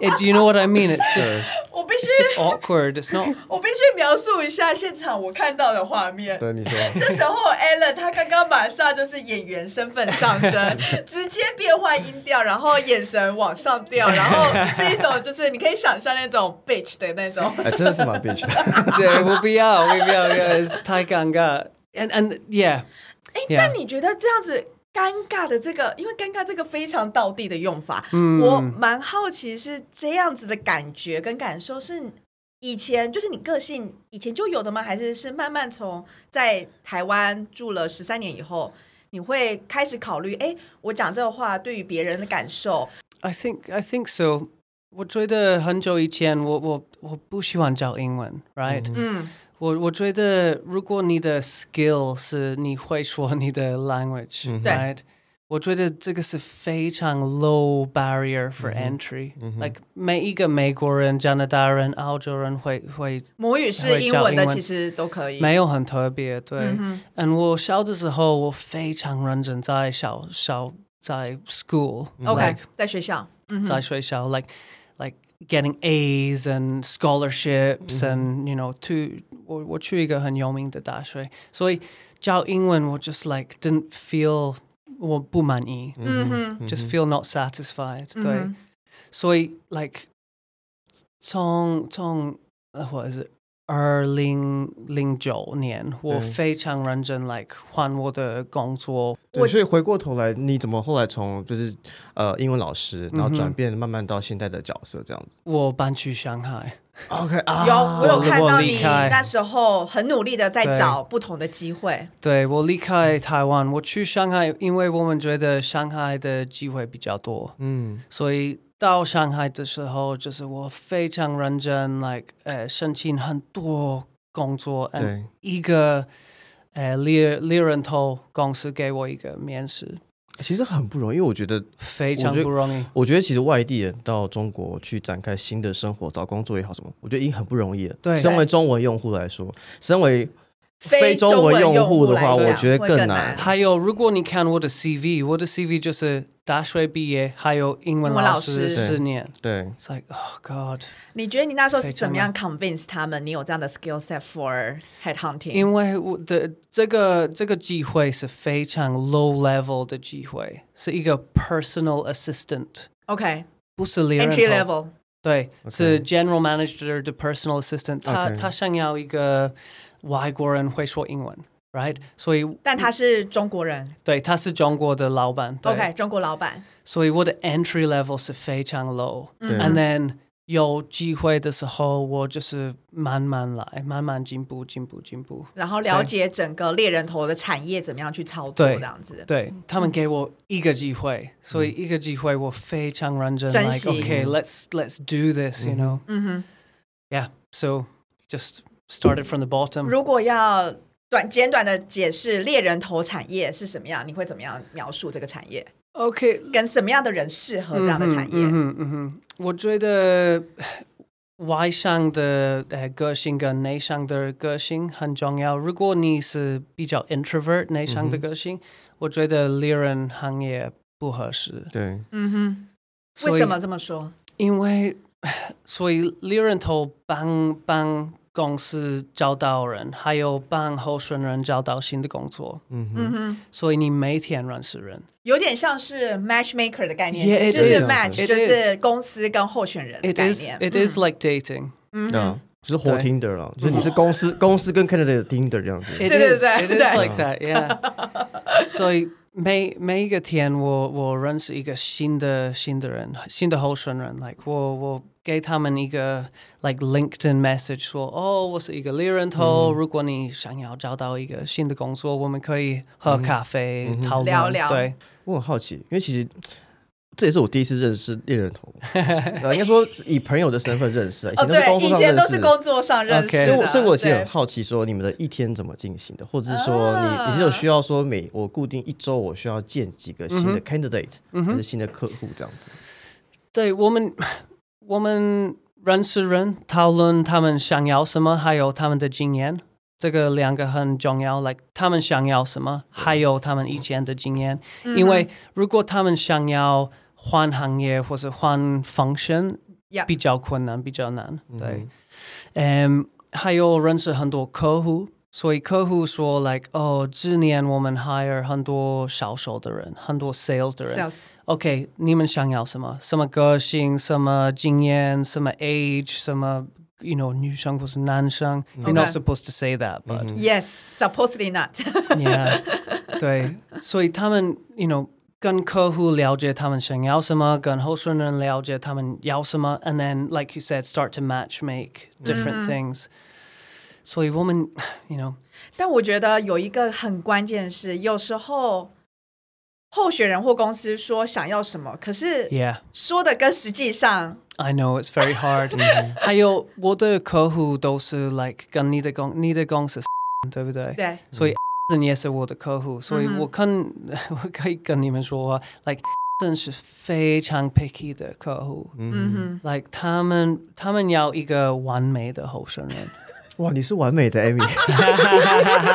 [SPEAKER 3] it, you know what I mean? It's just
[SPEAKER 1] 对
[SPEAKER 2] 我必须
[SPEAKER 3] It's just awkward. It's not.
[SPEAKER 2] 我必须描述一下现场我看到的画面。
[SPEAKER 1] 对你说，
[SPEAKER 2] 这时候 a l a n 他刚刚马上就是演员身份上升，直接变换音调，然后眼神往上掉，然后是一种就是你可以想象那种 bitch 的那种。
[SPEAKER 1] 哎，真的是蛮 bitch 的。
[SPEAKER 3] 对，我不要，我不要，不要，太尴尬。And and yeah,
[SPEAKER 2] 哎、
[SPEAKER 3] Yeah.
[SPEAKER 2] 但你觉得这样子尴尬的这个，因为尴尬这个非常道地的用法，
[SPEAKER 3] 嗯
[SPEAKER 2] 我蛮好奇是这样子的感觉跟感受是以前就是你个性以前就有的吗？还是是慢慢从在台湾住了十三年以后，你会开始考虑，哎、我讲这话对于别人的感受，
[SPEAKER 3] I think I think so. 我觉得很久以前，我我我不喜欢教英文，right？、
[SPEAKER 2] 嗯，
[SPEAKER 3] 我我觉得如果你的 skill 是你会说你的 language，、
[SPEAKER 1] 嗯
[SPEAKER 2] 对
[SPEAKER 3] right？我觉得这个是非常 low barrier for entry、Like 每一个美国人、加拿大人、澳洲人会会
[SPEAKER 2] 母语
[SPEAKER 3] 会
[SPEAKER 2] 是
[SPEAKER 3] 讲
[SPEAKER 2] 英文的，
[SPEAKER 3] 英文
[SPEAKER 2] 其实都可以。
[SPEAKER 3] 没有很特别，对。
[SPEAKER 2] 嗯哼，
[SPEAKER 3] 嗯，我小的时候我非常认真在小小在 school
[SPEAKER 2] OK，、
[SPEAKER 3] like
[SPEAKER 2] 在学校，嗯
[SPEAKER 3] 在
[SPEAKER 2] 哼，
[SPEAKER 3] 学校 like like getting A's and scholarships
[SPEAKER 2] Mm-hmm。
[SPEAKER 3] and you know to 我我去一个很有名的大学，所以教英文我 just like didn't feel 我不满意、
[SPEAKER 2] 嗯哼，
[SPEAKER 3] just feel not satisfied、对
[SPEAKER 2] 嗯，
[SPEAKER 3] 所以 like 从从呃 what is it 二零零九年，我
[SPEAKER 1] 对
[SPEAKER 3] 非常认真 like 换我的工作，
[SPEAKER 1] 对，所以回过头来，你怎么后来从就是呃英文老师，然后
[SPEAKER 3] 嗯哼
[SPEAKER 1] 转变慢慢到现在的角色这样子
[SPEAKER 3] 我搬去上海。
[SPEAKER 1] ？OK 啊，
[SPEAKER 2] 有，我有看
[SPEAKER 3] 我
[SPEAKER 2] 到
[SPEAKER 3] 离
[SPEAKER 2] 你
[SPEAKER 3] 开
[SPEAKER 2] 那时候很努力的在
[SPEAKER 3] 对
[SPEAKER 2] 找不同的机会。
[SPEAKER 3] 对我离开
[SPEAKER 1] 嗯
[SPEAKER 3] 台湾，我去上海，因为我们觉得上海的机会比较多，
[SPEAKER 1] 嗯
[SPEAKER 3] 所以到上海的时候，就是我非常认真，like 呃申请很多工作，and
[SPEAKER 1] 对，
[SPEAKER 3] 一个呃猎猎人头公司给我一个面试，
[SPEAKER 1] 其实很不容易，因为我觉得
[SPEAKER 3] 非
[SPEAKER 1] 我
[SPEAKER 3] 常
[SPEAKER 1] 觉得
[SPEAKER 3] 不容易。
[SPEAKER 1] 我觉得其实外地人到中国去展开新的生活、找工作也好什么，我觉得已经很不容易了。
[SPEAKER 3] 对
[SPEAKER 1] 身为中文用户来说，身为
[SPEAKER 2] 非中
[SPEAKER 1] 中
[SPEAKER 2] 文
[SPEAKER 1] 用
[SPEAKER 2] 用户
[SPEAKER 1] 的
[SPEAKER 2] 来
[SPEAKER 1] 话，
[SPEAKER 2] 讲
[SPEAKER 1] 我觉得
[SPEAKER 2] 会
[SPEAKER 1] 更
[SPEAKER 2] 更
[SPEAKER 1] 难。
[SPEAKER 3] 还有，如果你看我的 CV，我的 CV 就是大学毕业，还有英文
[SPEAKER 2] 英文老
[SPEAKER 3] 老师
[SPEAKER 2] 师
[SPEAKER 3] 四年。
[SPEAKER 1] 对，
[SPEAKER 3] It's like, oh God，
[SPEAKER 2] 你觉得你那时候是怎么样 convince 他们你有这样的 skill set for head hunting？
[SPEAKER 3] 因为我的这个这个机会是非常 low level 的机会，是一个 personal assistant，
[SPEAKER 2] OK
[SPEAKER 3] 不是猎人头
[SPEAKER 2] entry level
[SPEAKER 3] 对
[SPEAKER 1] OK
[SPEAKER 3] 是 general manager 的 personal assistant 他。他
[SPEAKER 1] OK
[SPEAKER 3] 想要一个外国人会说英文，right？所以
[SPEAKER 2] 但他是中国人
[SPEAKER 3] 对，他是中国的老板对
[SPEAKER 2] ，OK 中国老板，嗯
[SPEAKER 3] 所以我的 entry level 是非常 low。
[SPEAKER 1] 对
[SPEAKER 3] And then 有机会的时候，我就是慢慢来，慢慢进步，进步，进步。
[SPEAKER 2] 然后了解整个猎人头的产业怎么样去操作
[SPEAKER 3] 对
[SPEAKER 2] 这样子。
[SPEAKER 3] 对他们给我一个机会，所以一个机会我非常认真。
[SPEAKER 2] 珍
[SPEAKER 3] Like
[SPEAKER 2] 惜
[SPEAKER 3] okay, let's let's do this. You know,
[SPEAKER 2] 嗯哼，
[SPEAKER 3] yeah. So just started from the bottom.
[SPEAKER 2] 如果要短简短的解释猎人头产业是什么样，你会怎么样描述这个产业？
[SPEAKER 3] Okay.
[SPEAKER 2] 跟什么样的人适合这样的产业？
[SPEAKER 3] 嗯哼嗯哼，我觉得外向的呃个性跟内向的个性很重要。如果你是比较 introvert 内向的个性，我觉得猎人行业不合适。
[SPEAKER 1] 对，
[SPEAKER 2] 嗯哼，
[SPEAKER 3] 所以
[SPEAKER 2] 为什么这么说？
[SPEAKER 3] 因为所以猎人头帮帮公司找到人，还有帮候选人找到新的工作，
[SPEAKER 1] 嗯哼，
[SPEAKER 2] 嗯哼，
[SPEAKER 3] 所以你每天认识人。
[SPEAKER 2] 有点像是 matchmaker 的概念
[SPEAKER 3] Yeah, it
[SPEAKER 2] 就是
[SPEAKER 1] is.
[SPEAKER 2] match，
[SPEAKER 3] It
[SPEAKER 2] 就是
[SPEAKER 3] is.
[SPEAKER 2] 公司跟候选人的
[SPEAKER 3] It
[SPEAKER 2] 概
[SPEAKER 3] is
[SPEAKER 2] 念。
[SPEAKER 3] it
[SPEAKER 2] 嗯
[SPEAKER 3] is like dating.
[SPEAKER 2] 嗯
[SPEAKER 1] 对
[SPEAKER 2] 哼嗯
[SPEAKER 1] 啊，就是活
[SPEAKER 3] 对
[SPEAKER 1] Tinder 了，就是你是公司公司跟 candidate 的 Tinder 这样子。
[SPEAKER 2] 对，
[SPEAKER 3] It
[SPEAKER 2] 对，
[SPEAKER 3] is
[SPEAKER 2] 对，
[SPEAKER 3] it is
[SPEAKER 2] 对。
[SPEAKER 3] like that. Yeah. (laughs) 所以每每一个天我，我认识一个新的新的人，新的候选人。Like 我我给他们一个 like LinkedIn message oh, 说，哦，我是一个猎人头。如果你想要找到一个新的工作，我们可以喝咖啡、
[SPEAKER 1] 嗯哼
[SPEAKER 3] 讨论。
[SPEAKER 2] 聊聊
[SPEAKER 3] 对，
[SPEAKER 1] 我很好奇，因为其实这也是我第一次认识猎人头，呃，应该说以朋友的身份认识啊，以
[SPEAKER 2] 哦，
[SPEAKER 1] 前都是工作
[SPEAKER 2] 对，以
[SPEAKER 1] 上
[SPEAKER 2] 前
[SPEAKER 1] 认
[SPEAKER 2] 都
[SPEAKER 1] 识
[SPEAKER 2] 是。工作上认识
[SPEAKER 3] OK
[SPEAKER 1] 所以
[SPEAKER 2] 的
[SPEAKER 1] 我，所以我其实
[SPEAKER 2] 对
[SPEAKER 1] 很好奇，说你们的一天怎么进行的，或者是说你
[SPEAKER 2] 啊
[SPEAKER 1] 你是有需要说每我固定一周我需要见几个新
[SPEAKER 2] 嗯
[SPEAKER 1] 的 candidate、还是新的客户这样子？
[SPEAKER 3] 对我们我们认识人，讨论他们想要什么，还有他们的经验，这个两个很重要。like 他们想要什么，还有他们以前的经验。
[SPEAKER 2] 嗯
[SPEAKER 3] 因为如果他们想要换行业或者换 function，、
[SPEAKER 2] Yeah
[SPEAKER 3] 比较困难，比较难。对
[SPEAKER 1] 嗯，
[SPEAKER 3] 嗯，还有认识很多客户。所以客户说，like，哦，今年我们 hire 很多销售的人，很多 sales 的人
[SPEAKER 2] sales
[SPEAKER 3] OK，你们想要什么？什么个性？什么经验？什么 age？什么 uh, you know 女生或是男生、y o u r e not
[SPEAKER 2] Okay.
[SPEAKER 3] supposed to say that, but、
[SPEAKER 2] yes supposedly not， (laughs)
[SPEAKER 3] (laughs) yeah，对，所以他们 you know 跟客户了解他们想要什么，跟候选人了解他们要什么，and then like you said start to match make different things、所以我们 you know
[SPEAKER 2] 但我觉得有一个很关键的是，有时候候选人或公司说想要什么，可是
[SPEAKER 3] yeah。
[SPEAKER 2] 说的跟实际上
[SPEAKER 3] I know it's very hard. 还有我的客户都是 like 跟你的公你的公司 (laughs) 对不对？
[SPEAKER 2] 对
[SPEAKER 3] 所以人 (laughs) 也是我的客户，所以
[SPEAKER 2] 嗯哼
[SPEAKER 3] 我跟 (laughs) 我可以跟你们说啊，like 真是非常 picky 的客户
[SPEAKER 2] 嗯
[SPEAKER 1] 嗯，
[SPEAKER 2] 哼
[SPEAKER 3] ，like 他们他们要一个完美的候选人。
[SPEAKER 1] 哇，你是完美
[SPEAKER 2] (laughs)
[SPEAKER 1] 的 Amy，抱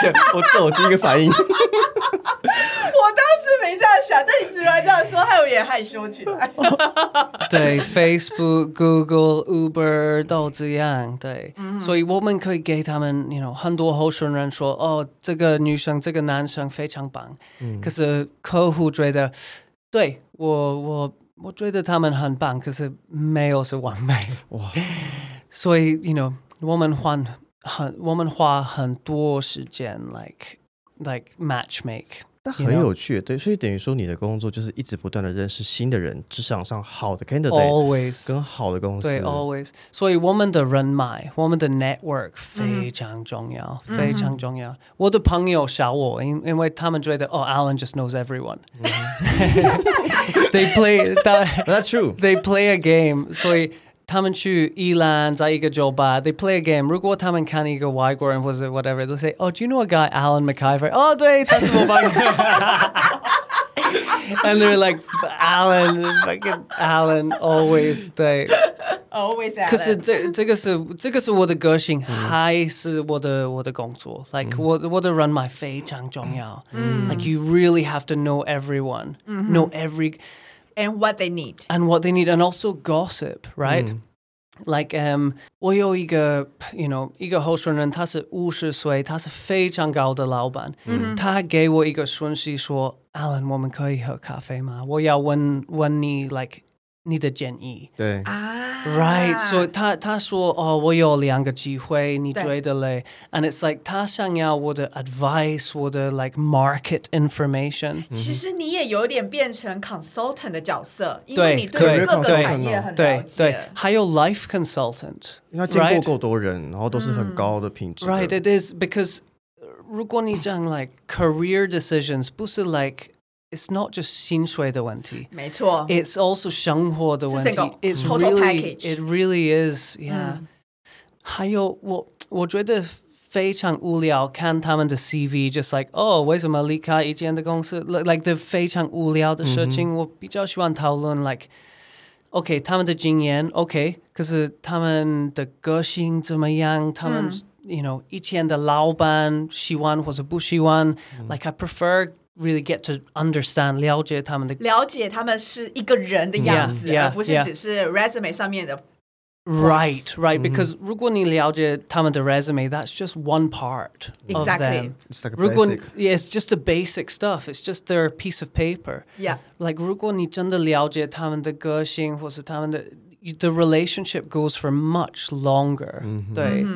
[SPEAKER 1] 歉，我这我第一个反应。
[SPEAKER 2] 我当时没这样想，但你突然这样说，害我也害羞
[SPEAKER 1] (laughs)
[SPEAKER 2] 起来。
[SPEAKER 3] 对，Facebook、Google、Uber 都这样，对，所以我们可以给他们，you know，很多候选人说，哦，这个女生、这个男生非常棒，可是客户觉得，对我，我，我觉得他们很棒，可是没有是完美，
[SPEAKER 1] 哇，
[SPEAKER 3] (laughs) 所以，you know，我们花很，我们花很多时间，like like match make，
[SPEAKER 1] 但
[SPEAKER 3] you
[SPEAKER 1] 很
[SPEAKER 3] know
[SPEAKER 1] 有趣，对，所以等于说你的工作就是一直不断的认识新的人，职场上好的 candidate
[SPEAKER 3] always
[SPEAKER 1] 跟好的公司。
[SPEAKER 3] 对，always。所以我们的人脉，我们的 network 非常重要，非常重要。我的朋友笑我，因因为他们觉得哦，Alan just knows everyone。they play (laughs) that
[SPEAKER 1] That's true. (laughs)
[SPEAKER 3] they play a game，所以。他们去伊朗，在一个酒吧，they play a game。如果他们看一个外国人或者 whatever，they say, "Oh, do you know a guy Alan McIver?" 哦、对，他是我朋友。And they're like, Alan, fucking Alan, always 对。
[SPEAKER 2] Always that。
[SPEAKER 3] 可是这这个是这个是我的个性，还是我的我的工作？Like 我我的人脉非常重要。Like you really have to know everyone, know every
[SPEAKER 2] and what they need，
[SPEAKER 3] and what they need, and also gossip, right? Like um，我有一个 you know 一个候选人，他是五十岁，他是非常高的老板，他给我一个讯息说，Alan，我们可以喝咖啡吗？我要问问你，like 你的建议。
[SPEAKER 1] 对，
[SPEAKER 2] 啊
[SPEAKER 3] Right,
[SPEAKER 1] 嗯
[SPEAKER 3] so 他他说哦，我有两个机会，你
[SPEAKER 2] 对
[SPEAKER 3] 觉得嘞？And it's like 他想要我的 advice，我的 like market information。
[SPEAKER 2] 其实你也有点变成 consultant 的角色，因
[SPEAKER 3] 对
[SPEAKER 2] 为你对于
[SPEAKER 1] 对
[SPEAKER 2] 各个
[SPEAKER 3] 对
[SPEAKER 2] 产业很了
[SPEAKER 3] 对对
[SPEAKER 2] 解，。
[SPEAKER 3] 还有 life consultant。
[SPEAKER 1] 因为他见
[SPEAKER 3] Right
[SPEAKER 1] 过够多人，然后都是
[SPEAKER 2] 嗯
[SPEAKER 1] 很高的品质的。
[SPEAKER 3] Right, it is because 如果你讲 like career decisions 不是 like it's not just 薪水的问题。
[SPEAKER 2] 没错，
[SPEAKER 3] It's also 生活的问题。
[SPEAKER 2] 是整个
[SPEAKER 3] It's
[SPEAKER 2] total
[SPEAKER 3] really,
[SPEAKER 2] package。Mm.
[SPEAKER 3] it really is, yeah. 还有我，我觉得非常无聊，看他们的 CV, just like oh, 为什么离开一间的公司？Like like the 非常无聊的事情，我比较喜欢讨论 like OK，他们的经验 OK，可是他们的个性怎么样？他们、you
[SPEAKER 2] Mm.
[SPEAKER 3] know 以前的老板喜欢或者不喜欢、l i k e I prefer really get to understand 了解他们的
[SPEAKER 2] 了解他们是一个人的样子
[SPEAKER 3] Yeah, yeah,
[SPEAKER 2] 而不是
[SPEAKER 3] yeah.
[SPEAKER 2] 只是 resume 上面的
[SPEAKER 3] Right, right. Because 如果你了解他们的 resume, that's just one part of
[SPEAKER 2] Exactly.
[SPEAKER 3] them.
[SPEAKER 1] It's like a
[SPEAKER 3] 如果-
[SPEAKER 1] basic.
[SPEAKER 3] yeah, it's just the basic stuff. It's just their piece of paper.
[SPEAKER 2] Yeah.
[SPEAKER 3] Like 如果你真的了解他们的个性或是他们的 you- the relationship goes for much longer. 对。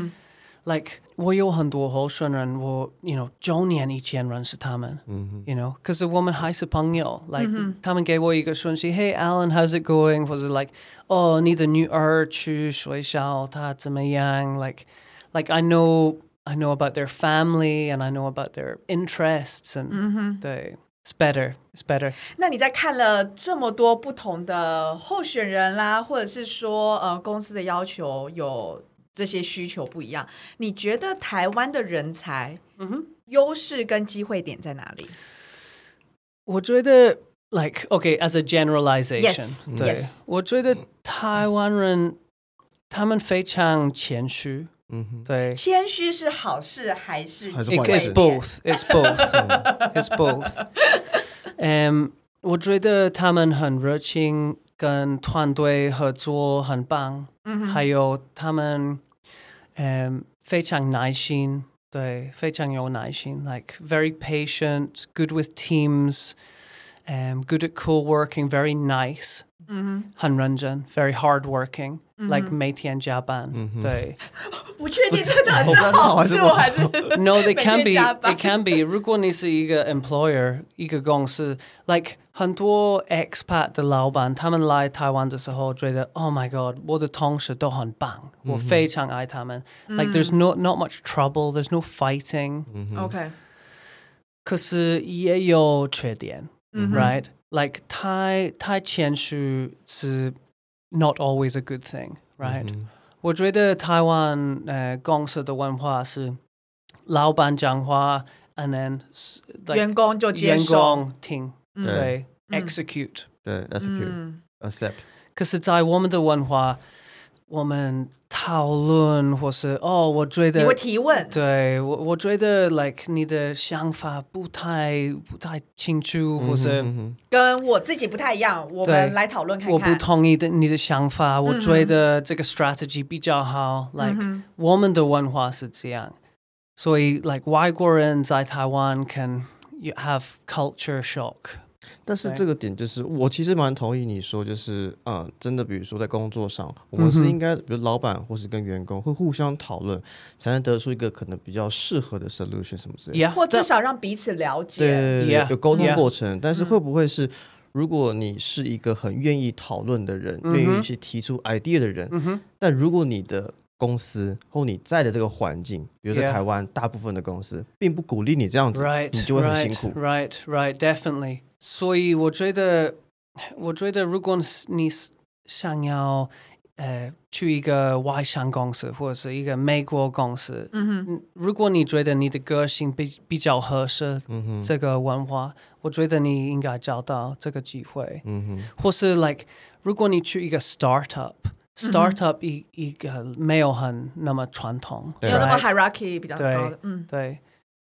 [SPEAKER 3] Like 我有很多候选人，我 you know 九年以前认识他们。you know because the woman high sapangyo like taman gave away hey alan how's it going was it like oh need a new chu shui shao ta yang like like i know i know about their family and i know about their interests and
[SPEAKER 2] Mm-hmm.
[SPEAKER 3] they it's better it's better
[SPEAKER 2] 嗯那你在看了这么多不同的候选人啦，或者是说呃公司的要求有这些需求不一样，你觉得台湾的人才，嗯
[SPEAKER 3] Mm-hmm.
[SPEAKER 2] 哼，优势跟机会点在哪里？
[SPEAKER 3] 我觉得 like okay as a generalization
[SPEAKER 2] Yes,
[SPEAKER 3] 对
[SPEAKER 2] yes.
[SPEAKER 3] 我觉得台湾人他们非常谦虚
[SPEAKER 1] 嗯哼，
[SPEAKER 3] 对
[SPEAKER 2] 谦虚是好事还是
[SPEAKER 1] 还是
[SPEAKER 2] 机
[SPEAKER 1] 坏
[SPEAKER 2] 会
[SPEAKER 3] It's
[SPEAKER 1] 事
[SPEAKER 2] 点
[SPEAKER 3] both. It's both. Mm. it's both. Um, 我觉得他们很热情，跟团队合作很棒，还有他们，um, 非常耐心，对，非常有耐心，like very patient, good with teams, um, good at co-working, very nice, 很认真 very hardworking, like 每天加班，对。
[SPEAKER 2] 不确定这到底
[SPEAKER 1] 我不
[SPEAKER 2] 是
[SPEAKER 1] 知道是好
[SPEAKER 2] 好
[SPEAKER 1] 还是
[SPEAKER 2] 处
[SPEAKER 1] 不好
[SPEAKER 2] 还是
[SPEAKER 3] (laughs) No, they can be.
[SPEAKER 2] 每天加班。
[SPEAKER 3] It can be. 如果你是一个 employer，一个公司，like 很多 expat 的老板，他们来台湾的时候觉得 Oh my God，我的同事都很棒，我非常爱他们。Like there's no not much trouble, there's no fighting.
[SPEAKER 2] OK？
[SPEAKER 3] 可是也有缺点，
[SPEAKER 2] 嗯哼。
[SPEAKER 3] right? Like 太-太谦虚是 not always a good thing, right?
[SPEAKER 1] 嗯
[SPEAKER 3] 我觉得台湾呃公司的文化是老板讲话，and then s- like
[SPEAKER 2] 员工就接
[SPEAKER 3] 员
[SPEAKER 2] 受，
[SPEAKER 3] 工听，
[SPEAKER 2] 嗯
[SPEAKER 3] 对、
[SPEAKER 2] 嗯
[SPEAKER 3] execute。
[SPEAKER 1] 对，that's cute.
[SPEAKER 2] 嗯
[SPEAKER 1] Accept.
[SPEAKER 3] 可是，在我们的文化，我们讨论或是哦，我觉
[SPEAKER 2] 你
[SPEAKER 3] 得
[SPEAKER 2] 会提问，
[SPEAKER 3] 对我，我觉得 like 你的想法不太不太清楚， (laughs) 或是。
[SPEAKER 1] 嗯
[SPEAKER 2] 跟我自己不太一样，我们
[SPEAKER 3] 对
[SPEAKER 2] 来讨论看
[SPEAKER 3] 我不
[SPEAKER 2] 看。
[SPEAKER 3] 同意的你的想法，我觉得这个 strategy 比较好。Like、我
[SPEAKER 2] 嗯
[SPEAKER 3] 们的文化是这样，所以 like 外国人在台湾 can you have culture shock。
[SPEAKER 1] 但是
[SPEAKER 3] 对
[SPEAKER 1] 这个点就是，我其实蛮同意你说，就是啊、真的，比如说在工作上，我们
[SPEAKER 3] 嗯
[SPEAKER 1] 是应该，比如老板或是跟员工会互相讨论，才能得出一个可能比较适合的 solution 什么之类的。
[SPEAKER 3] Yeah，
[SPEAKER 2] 或至少让彼此了解。
[SPEAKER 1] 对
[SPEAKER 3] Yeah.
[SPEAKER 1] 有沟通
[SPEAKER 3] Yeah.
[SPEAKER 1] 过程。但
[SPEAKER 3] 嗯
[SPEAKER 1] 是会不会是，如果你是一个很愿意讨论的人，
[SPEAKER 3] 嗯
[SPEAKER 1] 愿、意去提出 idea 的人，
[SPEAKER 3] Mm-hmm.
[SPEAKER 1] 但如果你的公司或你在的这个环境，比如在
[SPEAKER 3] Yeah.
[SPEAKER 1] 台湾大部分的公司，并不鼓励你这样子
[SPEAKER 3] Right,
[SPEAKER 1] 你就会很辛苦。
[SPEAKER 3] Right, right, right, definitely. 所以我觉得，我觉得如果你想要呃去一个外商公司或者是一个美国公司，嗯哼，如果你觉得你的个性比比较合适，嗯哼，这个文化，我觉得你应该找到这个机会，
[SPEAKER 1] 嗯
[SPEAKER 3] 或是 like 如果你去一个 startup。startup 一一个没有很那么传统，
[SPEAKER 1] 对
[SPEAKER 2] 没有那么
[SPEAKER 3] right？
[SPEAKER 2] hierarchy 比较
[SPEAKER 3] 对
[SPEAKER 2] 高的，嗯，
[SPEAKER 3] 对，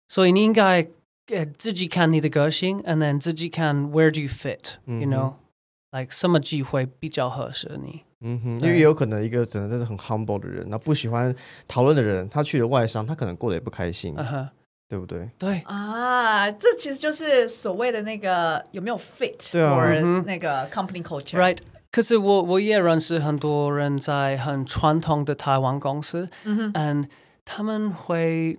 [SPEAKER 3] 所以你应该呃自己看你的个性，and then 自己看 where do you fit，you
[SPEAKER 1] 嗯哼。
[SPEAKER 3] know like 什么机会比较合适你。
[SPEAKER 1] 哼，嗯哼，因
[SPEAKER 3] 对
[SPEAKER 1] 为也有可能一个真的真的很 humble 的人，那不喜欢讨论的人，他去了外商，他可能过得也不开心，
[SPEAKER 3] 啊
[SPEAKER 1] 对不对？
[SPEAKER 3] 对，
[SPEAKER 2] 啊，这其实就是所谓的那个有没有 fit
[SPEAKER 1] 对啊
[SPEAKER 2] for
[SPEAKER 3] 嗯哼
[SPEAKER 2] 那个 company culture。
[SPEAKER 3] right 可是我我也认识很多人在很传统的台湾公司，and 他们会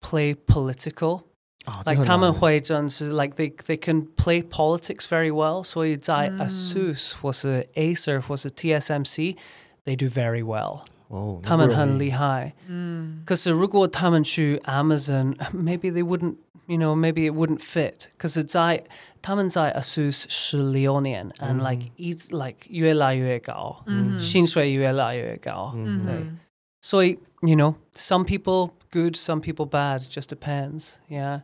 [SPEAKER 3] play political。
[SPEAKER 1] 啊，这
[SPEAKER 3] like
[SPEAKER 1] 很
[SPEAKER 3] 他们
[SPEAKER 1] 难
[SPEAKER 3] 会真是 like they they can play politics very well，所以在 ASUS 或是 Acer 或是 TSMC they do very well，、
[SPEAKER 1] 哦，那
[SPEAKER 3] 他
[SPEAKER 1] 不
[SPEAKER 3] 们
[SPEAKER 1] 容
[SPEAKER 3] 很
[SPEAKER 1] 易
[SPEAKER 3] 厉害。嗯，可是如果他们去 Amazon，maybe they wouldn't。You know, maybe it wouldn't fit. 可是在他们在 ASUS 十六年、a n d like 一直 like 越来越高，
[SPEAKER 2] 嗯
[SPEAKER 3] 薪水越来越高。
[SPEAKER 2] 嗯
[SPEAKER 3] 对
[SPEAKER 2] 哼，
[SPEAKER 3] 所以 you know, some people good, some people bad. Just depends. Yeah.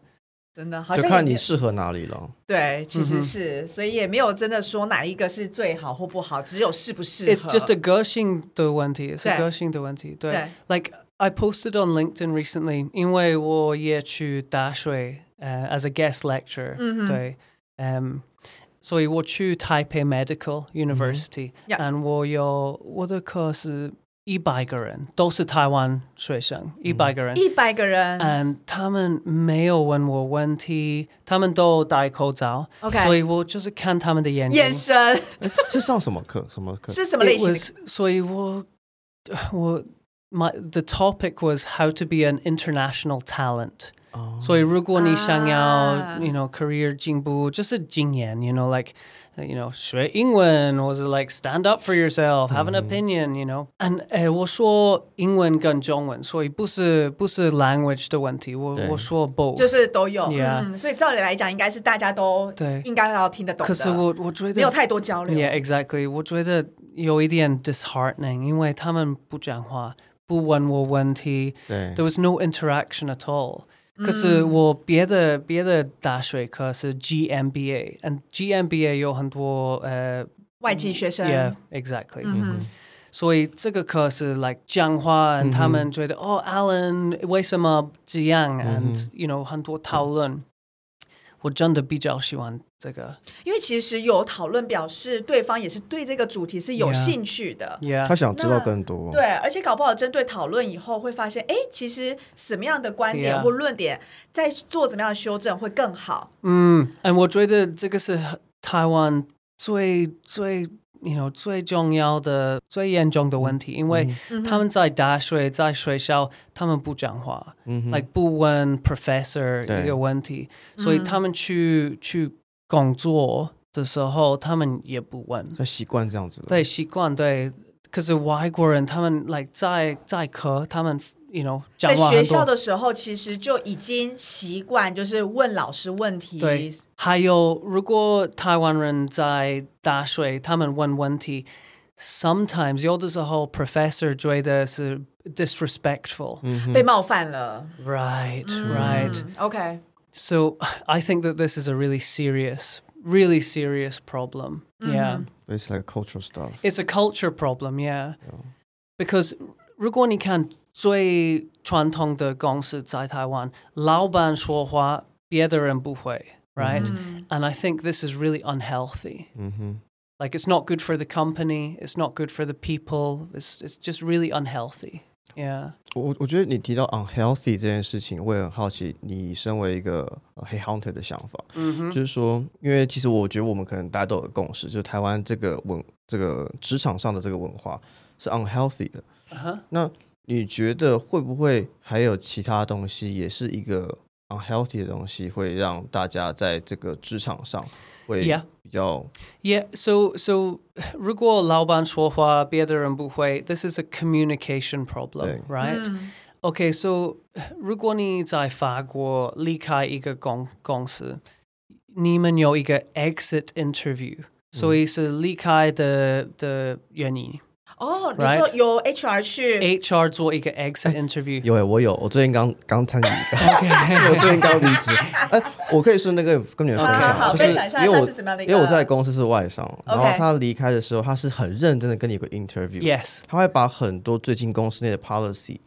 [SPEAKER 2] 真的好
[SPEAKER 1] 就
[SPEAKER 2] 像也
[SPEAKER 1] 看
[SPEAKER 2] 没
[SPEAKER 1] 你
[SPEAKER 2] 有
[SPEAKER 1] 适合哪里了。
[SPEAKER 2] 对，其
[SPEAKER 3] 嗯
[SPEAKER 2] 实
[SPEAKER 3] 哼
[SPEAKER 2] 是，所以也没有真的说哪一个是最好或不好，只有适不适合。
[SPEAKER 3] It's just a gushing the one tea. It's a
[SPEAKER 2] 对。
[SPEAKER 3] gushing the one tea. 对。
[SPEAKER 2] 对
[SPEAKER 3] Like I posted on LinkedIn recently, 因为我也去大学 uh, as a guest lecturer. 对。Um, 所以我去 Taipei Medical University
[SPEAKER 2] Yeah.
[SPEAKER 3] and 我有我的课是一百个人都是台湾学生，一百个人，
[SPEAKER 2] 一百个人
[SPEAKER 3] and 他们没有问我问题，他们都戴口罩
[SPEAKER 2] OK
[SPEAKER 3] 所以我就是看他们的眼睛。
[SPEAKER 2] 眼神
[SPEAKER 1] 是上什么课？什么课？
[SPEAKER 2] 是什么类
[SPEAKER 3] It
[SPEAKER 2] 型的
[SPEAKER 3] was 所以 (sighs) 我我 my the topic was how to be an international talent。
[SPEAKER 1] 哦
[SPEAKER 3] 所以如果你想要、
[SPEAKER 2] 啊
[SPEAKER 3] you know career 进步，就是经验，you know like you know 学英文，或是 like stand up for yourself, have an opinion, you know。and eh, 诶，我说英文跟中文，所以不是不是 language 的问题，我
[SPEAKER 1] 对
[SPEAKER 3] 我说 both。
[SPEAKER 2] 就是都有
[SPEAKER 3] Yeah
[SPEAKER 2] 嗯，所以照理来讲，应该是大家都
[SPEAKER 3] 对
[SPEAKER 2] 应该要听得懂的，
[SPEAKER 3] 可是我我觉
[SPEAKER 2] 没有
[SPEAKER 3] 得
[SPEAKER 2] 太多交流。
[SPEAKER 3] ，yeah exactly，我觉得有一点 disheartening，因为他们不讲话，不问我问题
[SPEAKER 1] 对
[SPEAKER 3] ，there was no interaction at all。可是我别的别的大学课是 GMBA，and GMBA 有很多呃
[SPEAKER 2] 外籍学生，
[SPEAKER 3] ，yeah exactly，、
[SPEAKER 2] 嗯哼，
[SPEAKER 3] 所以这个课是 like 讲话、
[SPEAKER 1] 嗯哼
[SPEAKER 3] 他们觉得哦，Alan 为什么这样、
[SPEAKER 1] 嗯哼
[SPEAKER 3] and you know 很多讨论。我真的比较喜欢这个
[SPEAKER 2] 因为其实有讨论表示对方也是对这个主题是有
[SPEAKER 3] Yeah
[SPEAKER 2] 兴趣的。
[SPEAKER 1] 他
[SPEAKER 3] ，yeah，
[SPEAKER 1] 想知道
[SPEAKER 2] 那
[SPEAKER 1] 更多。
[SPEAKER 2] 对，而且搞不好针对讨论以后会发现，哎，其实什么样的观点
[SPEAKER 3] Yeah
[SPEAKER 2] 或论点，在做怎么样的修正会更好。
[SPEAKER 3] 嗯，and 我觉得这个是台湾最最 you know 最重要的、最严重的问题，因为
[SPEAKER 2] 嗯哼
[SPEAKER 3] 他们在大学、在学校，他们不讲话，
[SPEAKER 1] 嗯哼
[SPEAKER 3] like 不问 professor
[SPEAKER 1] 对
[SPEAKER 3] 一个问题，所以他们去、去工作的时候，他们也不问，
[SPEAKER 1] 他习惯这样子了。
[SPEAKER 3] 对习惯对。可是外国人他们 like 在在课，他们 you know 讲
[SPEAKER 2] 在
[SPEAKER 3] 话
[SPEAKER 2] 学
[SPEAKER 3] 很
[SPEAKER 2] 校
[SPEAKER 3] 多，
[SPEAKER 2] 的时候，其实就已经习惯就是问老师问题。
[SPEAKER 3] 对还有如果台湾人在大学，他们问问题。Sometimes 有的时候，professor 觉得是 disrespectful，right，right、
[SPEAKER 2] 被冒犯了。
[SPEAKER 3] right.
[SPEAKER 2] 嗯，OK，
[SPEAKER 3] So I think that this is a really serious, really serious problem. Yeah.
[SPEAKER 1] It's like cultural stuff.
[SPEAKER 3] It's a culture problem, yeah. Because 如果你看最传统的公司在台湾，老板说话别的人不会，right？、And I think this is really unhealthy.
[SPEAKER 1] 嗯哼，
[SPEAKER 3] Like it's not good for the company, it's not good for the people. It's it's just really unhealthy. Yeah.
[SPEAKER 1] 我我觉得你提到 unhealthy 这件事情，我也很好奇，你身为一个呃黑 hunter 的想法，
[SPEAKER 3] Mm-hmm. 嗯
[SPEAKER 1] 就是说，因为其实我觉得我们可能大家都有共识，就是台湾这个文这个职场上的这个文化是 unhealthy 的。
[SPEAKER 3] Uh-huh.
[SPEAKER 1] 那你觉得会不会还有其他东西也是一个 unhealthy 的东西，会让大家在这个职场上会
[SPEAKER 3] Yeah.
[SPEAKER 1] 比较
[SPEAKER 3] Yeah, so so 如果老板说话别的人不会, this is a communication problem,
[SPEAKER 1] 对。
[SPEAKER 3] right? Okay, so 如果你在法国离开一个公公司，你们有一个 exit interview. So it's a 离开的的原因。
[SPEAKER 2] 哦，你
[SPEAKER 3] Right
[SPEAKER 2] 说由 HR 去
[SPEAKER 3] HR 做一个 exit interview.
[SPEAKER 1] 有哎、我有，我最近刚刚参与，我最近刚离职。哎、我可以顺那个跟你们分
[SPEAKER 2] 啊好
[SPEAKER 1] 享，啊
[SPEAKER 2] 好好
[SPEAKER 1] 就是
[SPEAKER 2] 分享一下
[SPEAKER 1] 因为
[SPEAKER 2] 它
[SPEAKER 1] 我
[SPEAKER 2] 是怎么样的一
[SPEAKER 1] 因为我
[SPEAKER 2] 个
[SPEAKER 1] 在公司是外商，然后
[SPEAKER 2] OK
[SPEAKER 1] 他离开的时候，他是很认真的跟你有个 interview，、
[SPEAKER 3] Yes.
[SPEAKER 1] 他会把很多最近公司内的 policy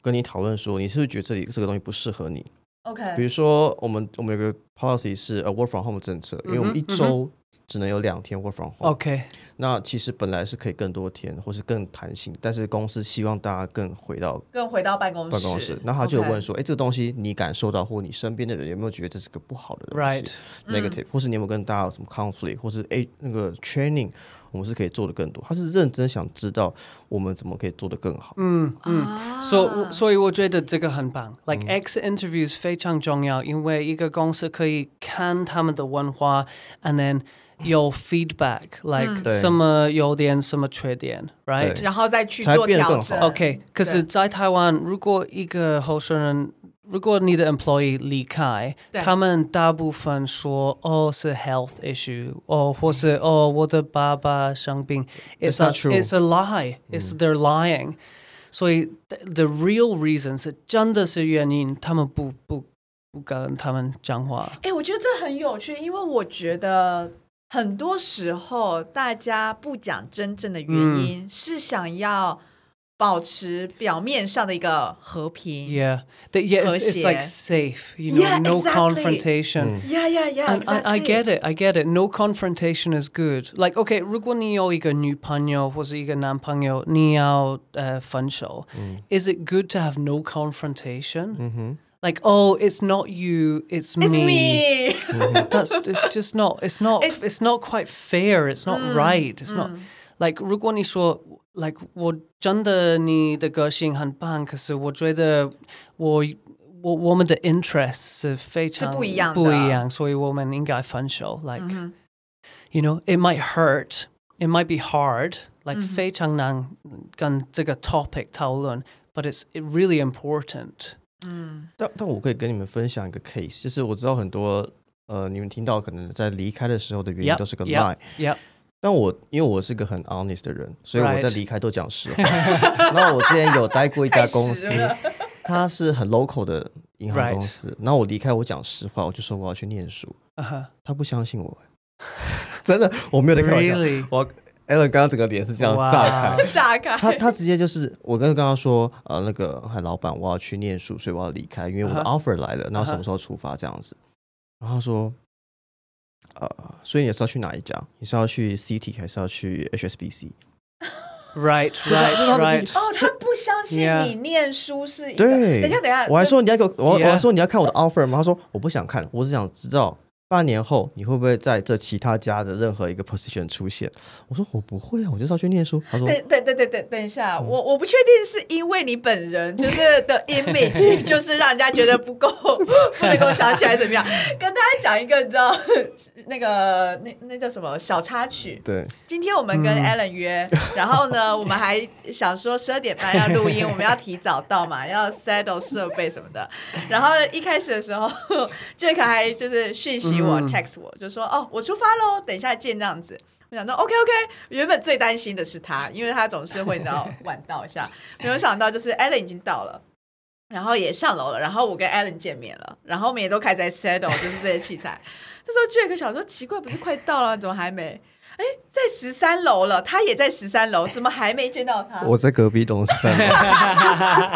[SPEAKER 1] 跟你讨论说，你是不是觉得这里这个东西不适合你？比
[SPEAKER 2] OK，
[SPEAKER 1] 如说我们我们有个 policy 是呃 work from home 政策，因为我
[SPEAKER 2] 嗯
[SPEAKER 1] 们一周只能有两天 work from home，、
[SPEAKER 3] Okay.
[SPEAKER 1] 那其实本来是可以更多天或是更弹性，但是公司希望大家更回到
[SPEAKER 2] 更回到办公室，
[SPEAKER 1] 办公室，那他就有
[SPEAKER 2] OK
[SPEAKER 1] 问说，哎、这个东西你感受到，或你身边的人有没有觉得这是个不好的东西
[SPEAKER 3] Right.
[SPEAKER 1] negative，、或是你有没有跟大家有什么 conflict，或是哎、诶那个 training，我们是可以做的更多。他是认真想知道我们怎么可以做得更好。
[SPEAKER 2] 啊
[SPEAKER 3] 嗯 So, 所以我觉得这个很棒。Like、exit interviews 非常重要，因为一个公司可以看他们的文化，and then 有 feedback，like、
[SPEAKER 1] 对
[SPEAKER 3] 什么优点，什么缺点，right？
[SPEAKER 1] 对
[SPEAKER 2] 然后再去
[SPEAKER 1] 才
[SPEAKER 2] 做
[SPEAKER 1] 变得
[SPEAKER 2] 调
[SPEAKER 1] 更
[SPEAKER 2] 整。
[SPEAKER 1] 好
[SPEAKER 3] OK，可是，在台湾，如果一个候选人，如果你的 employee 离开，
[SPEAKER 2] 对
[SPEAKER 3] 他们大部分说哦是 health issue，哦或是哦我的爸爸生病，it's
[SPEAKER 1] It's
[SPEAKER 3] a
[SPEAKER 1] not true.
[SPEAKER 3] it's a lie，it's they're lying。所以 th- the real reason 是真的是原因，他们不不不跟他们讲话。
[SPEAKER 2] 哎、我觉得这很有趣，因为我觉得很
[SPEAKER 3] 嗯
[SPEAKER 2] 多时候大家不讲真正的原因，是想要保持表面上的一个和平。
[SPEAKER 3] Yeah, that, yeah, it's, it's like
[SPEAKER 2] 和谐。
[SPEAKER 3] safe, you know,
[SPEAKER 2] Yeah,
[SPEAKER 3] no
[SPEAKER 2] exactly. Mm.
[SPEAKER 3] confrontation.
[SPEAKER 2] Yeah, yeah, yeah.
[SPEAKER 3] And, and I
[SPEAKER 2] exactly.
[SPEAKER 3] get it, I get it. No confrontation is good. Like, okay, 如果你有一个女朋友或者一个男朋友，你要呃分手、is it good to have no confrontation? Like, oh, it's not you, it's,
[SPEAKER 2] It's me.
[SPEAKER 3] (laughs)
[SPEAKER 2] (laughs)
[SPEAKER 3] That's it's just not it's not it's, not quite fair. It's not
[SPEAKER 2] Mm,
[SPEAKER 3] right. It's not like 如果你说 like 我真的你的个性很棒，可是我觉得我我我们的 interest 是非常
[SPEAKER 2] 是不一样的。Mm-hmm.
[SPEAKER 3] 不一样，所以我们应该分手。Like you know, it might hurt, it might be hard, like
[SPEAKER 2] Mm-hmm.
[SPEAKER 3] 非常难跟这个 topic 讨论，but it's really important.
[SPEAKER 1] 但但我可以跟你们分享一个 case，就是我知道很多呃，你们听到可能在离开的时候的原因
[SPEAKER 3] Yep,
[SPEAKER 1] 都是个 lie。
[SPEAKER 3] yep, yep.
[SPEAKER 1] 但我因为我是个很 honest 的人，所以我
[SPEAKER 3] Right.
[SPEAKER 1] 在离开都讲实话。 (laughs) 那我之前有待过一家公司
[SPEAKER 2] 太实了，
[SPEAKER 1] 它是很 local 的银行
[SPEAKER 3] Right.
[SPEAKER 1] 公司。然后我离开，我讲实话，我就说我要去念书。
[SPEAKER 3] Uh-huh.
[SPEAKER 1] 他不相信我， (laughs) 真的，我没有在开玩笑。
[SPEAKER 3] Really?
[SPEAKER 1] 我 Alan 刚刚整个脸是这样炸开
[SPEAKER 3] Wow.。
[SPEAKER 2] 炸开。
[SPEAKER 1] 他他直接就是我跟刚刚说，呃，那个嗨老板，我要去念书，所以我要离开，因为我的
[SPEAKER 3] 啊
[SPEAKER 1] offer 来了，那我
[SPEAKER 3] 啊哈
[SPEAKER 1] 什么时候出发这样子？然后他说，呃，所以你是要去哪一家？你是要去 CT 还是要去 HSBC？
[SPEAKER 2] (laughs)
[SPEAKER 3] Right, right, right.
[SPEAKER 2] 哦，他不相信
[SPEAKER 3] Yeah.
[SPEAKER 2] 你念书是一个。
[SPEAKER 1] 对，
[SPEAKER 2] 等一下，等一下，啊
[SPEAKER 1] 我还说你要给我，我
[SPEAKER 3] Yeah
[SPEAKER 1] 我还说你要看我的 offer 吗？他说我不想看，我只想知道半年后你会不会在这其他家的任何一个 position 出现。我说我不会啊，我就是要去念书。他说
[SPEAKER 2] 等等等等等等一下，我我不确定是因为你本人就是的 image 就是让人家觉得不够不能够想起来怎么样。跟大家讲一个，你知道那个那那叫什么小插曲。
[SPEAKER 1] 对，
[SPEAKER 2] 今天我们跟 Alan 约，然后呢，我们还想说十二点半要录音，我们要提早到嘛，要 settle 设备什么的。然后一开始的时候，Jack 还就是讯息我、text 我，就说哦，我出发喽，等一下见这样子。我想说 OK OK，原本最担心的是他，因为他总是会你知道晚到一下，没有想到就是 Alan 已经到了。然后也上楼了，然后我跟 Alan 见面了，然后我们也都开始在 settle 就是这些器材。 (laughs) 这时候 Jack 想说奇怪，不是快到了，怎么还没？哎，在十三楼了，他也在十三楼，怎么还没见到他？
[SPEAKER 1] 我在隔壁栋是三楼， (laughs)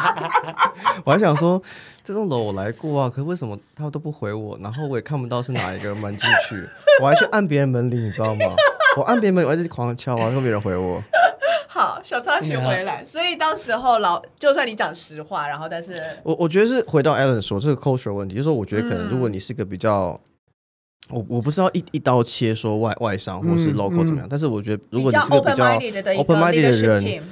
[SPEAKER 1] 我还想说这栋楼我来过啊，可为什么他都不回我？然后我也看不到是哪一个门进去，我还去按别人门铃，你知道吗？ (laughs) 我按别人门，我还是狂敲啊，都没人回我。
[SPEAKER 2] 好，小插曲回来。
[SPEAKER 3] 啊
[SPEAKER 2] 所以到时候老，就算你讲实话，然后但是
[SPEAKER 1] 我我觉得是回到 Alan 说这个 culture 问题，就是说我觉得可能
[SPEAKER 2] 嗯
[SPEAKER 1] 如果你是一个比较，我我不知道一一刀切说外外商或是
[SPEAKER 3] 嗯
[SPEAKER 1] local 怎么样，但是我觉得如果你
[SPEAKER 2] 较
[SPEAKER 1] 是个比
[SPEAKER 2] open
[SPEAKER 1] 较
[SPEAKER 2] minded 的一个
[SPEAKER 1] open-minded 的
[SPEAKER 2] leadership
[SPEAKER 1] 人
[SPEAKER 2] team，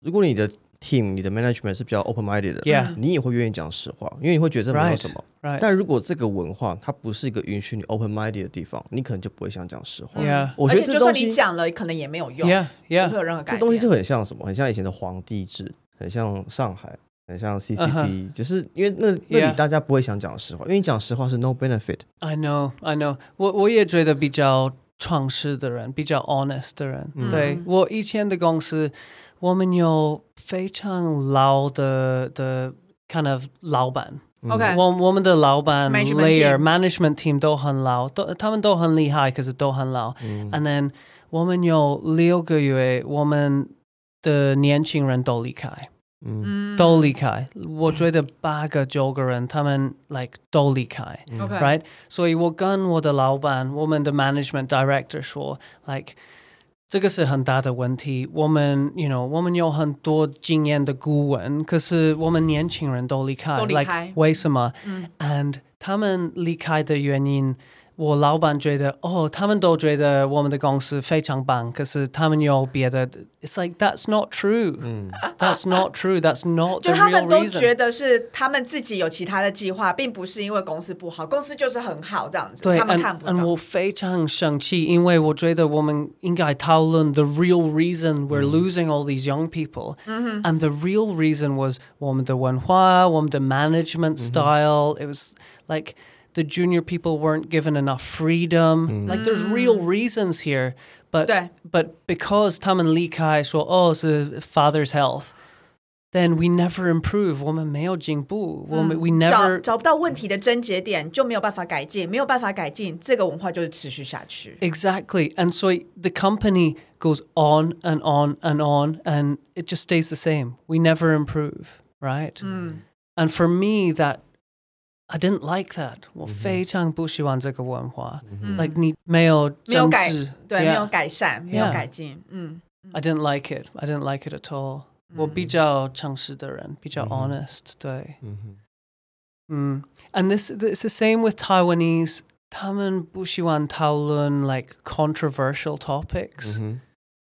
[SPEAKER 1] 如果你的 team 你的 management 是比较 open minded 的
[SPEAKER 3] Yeah
[SPEAKER 1] 你也会愿意讲实话，因为你会觉得这没有
[SPEAKER 3] Right
[SPEAKER 1] 什么。
[SPEAKER 3] Right.
[SPEAKER 1] 但如果这个文化它不是一个允许你 open minded 的地方，你可能就不会想讲实话。
[SPEAKER 3] Yeah.
[SPEAKER 1] 我
[SPEAKER 2] 嗯而
[SPEAKER 1] 觉得
[SPEAKER 2] 且就
[SPEAKER 1] 这
[SPEAKER 2] 算
[SPEAKER 1] 东
[SPEAKER 2] 你
[SPEAKER 1] 西，
[SPEAKER 2] 讲了，可能也没有用，
[SPEAKER 3] Yeah.
[SPEAKER 2] 不
[SPEAKER 3] Yeah.
[SPEAKER 2] 会有任何改
[SPEAKER 1] 这
[SPEAKER 2] 变。
[SPEAKER 1] 东西就很像什么？很像以前的皇帝制，很像上海，很像 CCP，、就是
[SPEAKER 3] Uh-huh
[SPEAKER 1] 因为那那
[SPEAKER 3] Yeah
[SPEAKER 1] 里大家不会想讲实话，因为你讲实话是 no benefit。
[SPEAKER 3] I know, I know. 我我也觉得比较创世的人，比较 honest 的人，
[SPEAKER 1] 嗯
[SPEAKER 3] 对我以前的公司，我们有非常老的的 kind of 老板，
[SPEAKER 2] OK，
[SPEAKER 3] 我我们的老板
[SPEAKER 2] Management
[SPEAKER 3] layer
[SPEAKER 2] team
[SPEAKER 3] management team 都很老，都他们都很厉害，可是都很老。And
[SPEAKER 1] 嗯
[SPEAKER 3] then 我们有六个月，我们的年轻人都离开。
[SPEAKER 1] 嗯
[SPEAKER 2] 嗯
[SPEAKER 3] 都离开。我觉得八个九个人他们 like 都离开
[SPEAKER 1] 嗯
[SPEAKER 2] OK，
[SPEAKER 3] ，right？所以我跟我的老板，我们的 management director 说，like 这个是很大的问题。我们，you know，我们有很多经验的顾问，可是我们年轻人都离开，
[SPEAKER 2] 都离
[SPEAKER 3] like
[SPEAKER 2] 开
[SPEAKER 3] 为什么？
[SPEAKER 2] 嗯
[SPEAKER 3] and 他们离开的原因，我老板觉得哦，他们都觉得我们的公司非常棒，可是他们有别的。It's like that's not true. That's not true. That's not
[SPEAKER 2] 就
[SPEAKER 3] the
[SPEAKER 2] 他们
[SPEAKER 3] real
[SPEAKER 2] 都觉
[SPEAKER 3] reason.
[SPEAKER 2] 得是他们自己有其他的计划，并不是因为公司不好，公司就是很好这样子，
[SPEAKER 3] 对
[SPEAKER 2] 他们
[SPEAKER 3] ，and
[SPEAKER 2] 看不
[SPEAKER 3] and
[SPEAKER 2] 到。
[SPEAKER 3] 我非常生气，因为我觉得我们应该讨论 the real reason we're losing all these young people.
[SPEAKER 2] Mm-hmm。
[SPEAKER 3] And the real reason was 我们的文化，我们的 management style. It was like the junior people weren't given enough freedom. Like there's real reasons here,
[SPEAKER 2] Mm.
[SPEAKER 3] but
[SPEAKER 2] 对
[SPEAKER 3] but because 他们离开说哦是 father's health, then we never improve. 我们没有进步，我们 we
[SPEAKER 2] 找
[SPEAKER 3] never
[SPEAKER 2] 找不到问题的症结点，就没有办法改进，没有办法改进，这个文化就是持续下去。
[SPEAKER 3] exactly. And so the company goes on and on and on, and it just stays the same. We never improve, right?
[SPEAKER 2] 嗯
[SPEAKER 3] And for me, that I didn't like that. 我非常不喜欢这个文化。
[SPEAKER 1] Mm.
[SPEAKER 2] 嗯
[SPEAKER 3] Like 你没有
[SPEAKER 2] 没有改
[SPEAKER 3] 政治，
[SPEAKER 2] 对
[SPEAKER 3] yeah.
[SPEAKER 2] 没有改善，没有
[SPEAKER 3] Yeah
[SPEAKER 2] 改进，嗯
[SPEAKER 3] I didn't like it. I didn't like it at all.
[SPEAKER 2] Mm.
[SPEAKER 3] 我比较诚实的人，比较
[SPEAKER 1] Mhm.
[SPEAKER 3] honest
[SPEAKER 1] 嗯哼
[SPEAKER 3] 对。嗯。And this it's the same with Taiwanese. 他们不喜欢讨论 like controversial
[SPEAKER 1] 嗯
[SPEAKER 3] topics.
[SPEAKER 1] 哼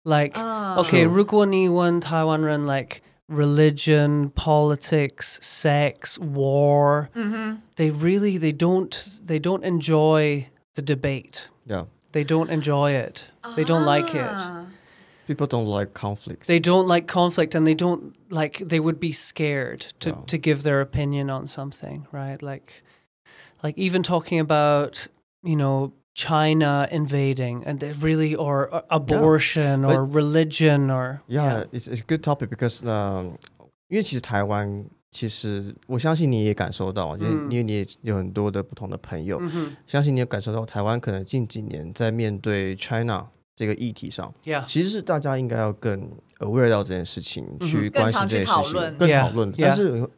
[SPEAKER 3] Like
[SPEAKER 2] 啊
[SPEAKER 1] Sure.
[SPEAKER 3] okay, 如果你问台湾人 like religion, politics, sex, war,
[SPEAKER 2] 嗯哼
[SPEAKER 3] they really they don't they don't enjoy the debate.
[SPEAKER 1] ，Yeah。
[SPEAKER 3] They don't enjoy it. They don't like it.
[SPEAKER 2] 啊
[SPEAKER 1] People don't like conflict.
[SPEAKER 3] They don't like conflict and they don't like they would be scared to,
[SPEAKER 1] Wow.
[SPEAKER 3] to give their opinion on something, right? Like like even talking about, you know, China invading and they really or, or abortion or religion or
[SPEAKER 1] Yeah, it's it's a good topic because um, 因为其实台湾，其实我相信你也感受到，因为、
[SPEAKER 3] 嗯
[SPEAKER 1] 因为你也有很多的不同的朋
[SPEAKER 2] 嗯
[SPEAKER 1] 友，
[SPEAKER 3] Mhm.
[SPEAKER 1] 相信你也感受到台湾可能近几年在面对 China 这个议题上，
[SPEAKER 3] Yeah.
[SPEAKER 1] 其实是大家应该要更 aware 到这件事情，
[SPEAKER 3] 哼
[SPEAKER 1] 去
[SPEAKER 2] 嗯更
[SPEAKER 1] 关心
[SPEAKER 2] 常
[SPEAKER 1] 这
[SPEAKER 2] 去
[SPEAKER 1] 件
[SPEAKER 2] 讨
[SPEAKER 1] 事情，
[SPEAKER 2] 论
[SPEAKER 1] 更
[SPEAKER 3] Yeah,
[SPEAKER 1] 讨论。
[SPEAKER 3] yeah.
[SPEAKER 1] 但是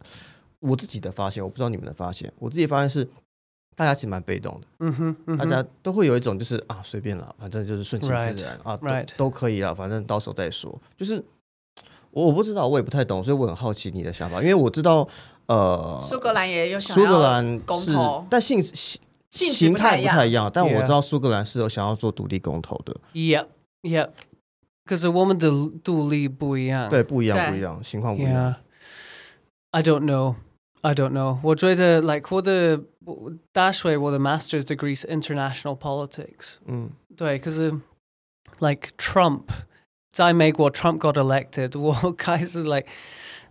[SPEAKER 1] 我自己的发现，我不知道你们的发现，我自己发现是。大家其实蛮被动的，
[SPEAKER 3] Mhm,
[SPEAKER 1] 大
[SPEAKER 3] mhm.
[SPEAKER 1] 家都会有一种就是啊随便啦，反正就是顺其自
[SPEAKER 3] Right,
[SPEAKER 1] 然啊都
[SPEAKER 3] right.
[SPEAKER 1] 都可以啊，反正到时候再说。就是我我不知道，我也不太懂，所以我很好奇你的想法，因为我知道呃，
[SPEAKER 2] 苏格兰也有想
[SPEAKER 1] 苏格
[SPEAKER 2] 要
[SPEAKER 1] 兰
[SPEAKER 2] 公
[SPEAKER 1] 是
[SPEAKER 2] 投，
[SPEAKER 1] 但性形
[SPEAKER 2] 性质
[SPEAKER 1] 形
[SPEAKER 2] 不太
[SPEAKER 1] 态
[SPEAKER 2] 一
[SPEAKER 1] 不
[SPEAKER 2] 样
[SPEAKER 1] 太一样，但我
[SPEAKER 3] Yeah
[SPEAKER 1] 知道苏格兰是有想要做独立公投的，
[SPEAKER 3] Yep. Yep. Because a woman the do
[SPEAKER 1] 对，
[SPEAKER 3] li
[SPEAKER 1] 不一样，
[SPEAKER 2] 对
[SPEAKER 1] 不一样，情况不一样。
[SPEAKER 3] Yeah. I don't know. I don't know. 我觉得 like 我的大学我的 master's degree is international politics.
[SPEAKER 1] 嗯，
[SPEAKER 3] 对，可是 um, like Trump 在美国 Trump got elected. (laughs) 我开始 like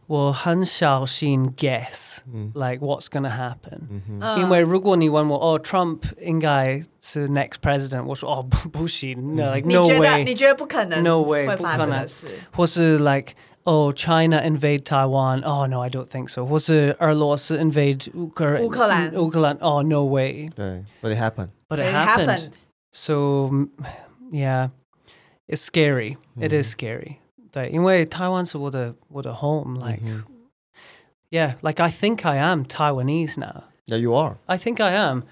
[SPEAKER 3] 我很小心 guess
[SPEAKER 1] 嗯
[SPEAKER 3] like what's gonna happen.
[SPEAKER 1] 嗯哼，
[SPEAKER 2] 嗯
[SPEAKER 3] 因为如果你问我哦、oh, Trump 应该是 next president，我说哦不不行，
[SPEAKER 1] 嗯。
[SPEAKER 3] like
[SPEAKER 2] 你
[SPEAKER 3] no
[SPEAKER 2] 觉得
[SPEAKER 3] way
[SPEAKER 2] 你觉得不可能
[SPEAKER 3] no way
[SPEAKER 2] 会发生
[SPEAKER 3] 不可能。
[SPEAKER 2] 的事，
[SPEAKER 3] was like oh China invade Taiwan? Oh no, I don't think so. Was it Erlos invade Ukraine?
[SPEAKER 2] 乌克兰。
[SPEAKER 3] Ukraine? Oh no way.
[SPEAKER 1] 对，But it happened，
[SPEAKER 3] But it
[SPEAKER 2] It
[SPEAKER 3] happened.
[SPEAKER 2] happened.
[SPEAKER 3] So mm, yeah, it's scary. It is scary. 对，因为 Taiwan's 我的我的 home. Like
[SPEAKER 1] Mhm.
[SPEAKER 3] yeah, like I think I am Taiwanese now.
[SPEAKER 1] Yeah, you are.
[SPEAKER 3] I think I am.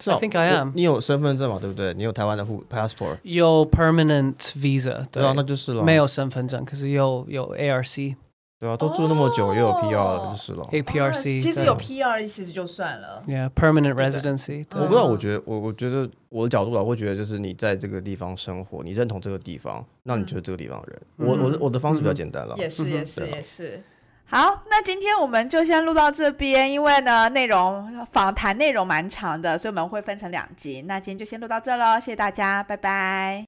[SPEAKER 1] 是啊
[SPEAKER 3] I think I am
[SPEAKER 1] 你你有身份证嘛？对不对？你有台湾的护 passport，
[SPEAKER 3] 有 permanent visa
[SPEAKER 1] 对啊，那就是了。，
[SPEAKER 3] 对，没有身份证，可是有有 ARC
[SPEAKER 1] 对啊，都住那么久，也有 PR 了，
[SPEAKER 2] 哦
[SPEAKER 1] 就是了。
[SPEAKER 3] APRC
[SPEAKER 2] 哦其实
[SPEAKER 3] 对。
[SPEAKER 2] 有 PR 其实就算了，
[SPEAKER 3] Yeah, permanent residency.
[SPEAKER 1] 我不知道，
[SPEAKER 2] 嗯
[SPEAKER 1] 我觉得我我觉得我的角度来，啊我会觉得就是你在这个地方生活，你认同这个地方，那你就是这个地方的人。我我的我的方式比较简单了，
[SPEAKER 2] 嗯也是
[SPEAKER 3] 嗯哼
[SPEAKER 2] 也是
[SPEAKER 1] 对啊
[SPEAKER 2] 也是。好，那今天我们就先录到这边，因为呢，内容访谈内容蛮长的，所以我们会分成两集。那今天就先录到这喽，谢谢大家，拜拜。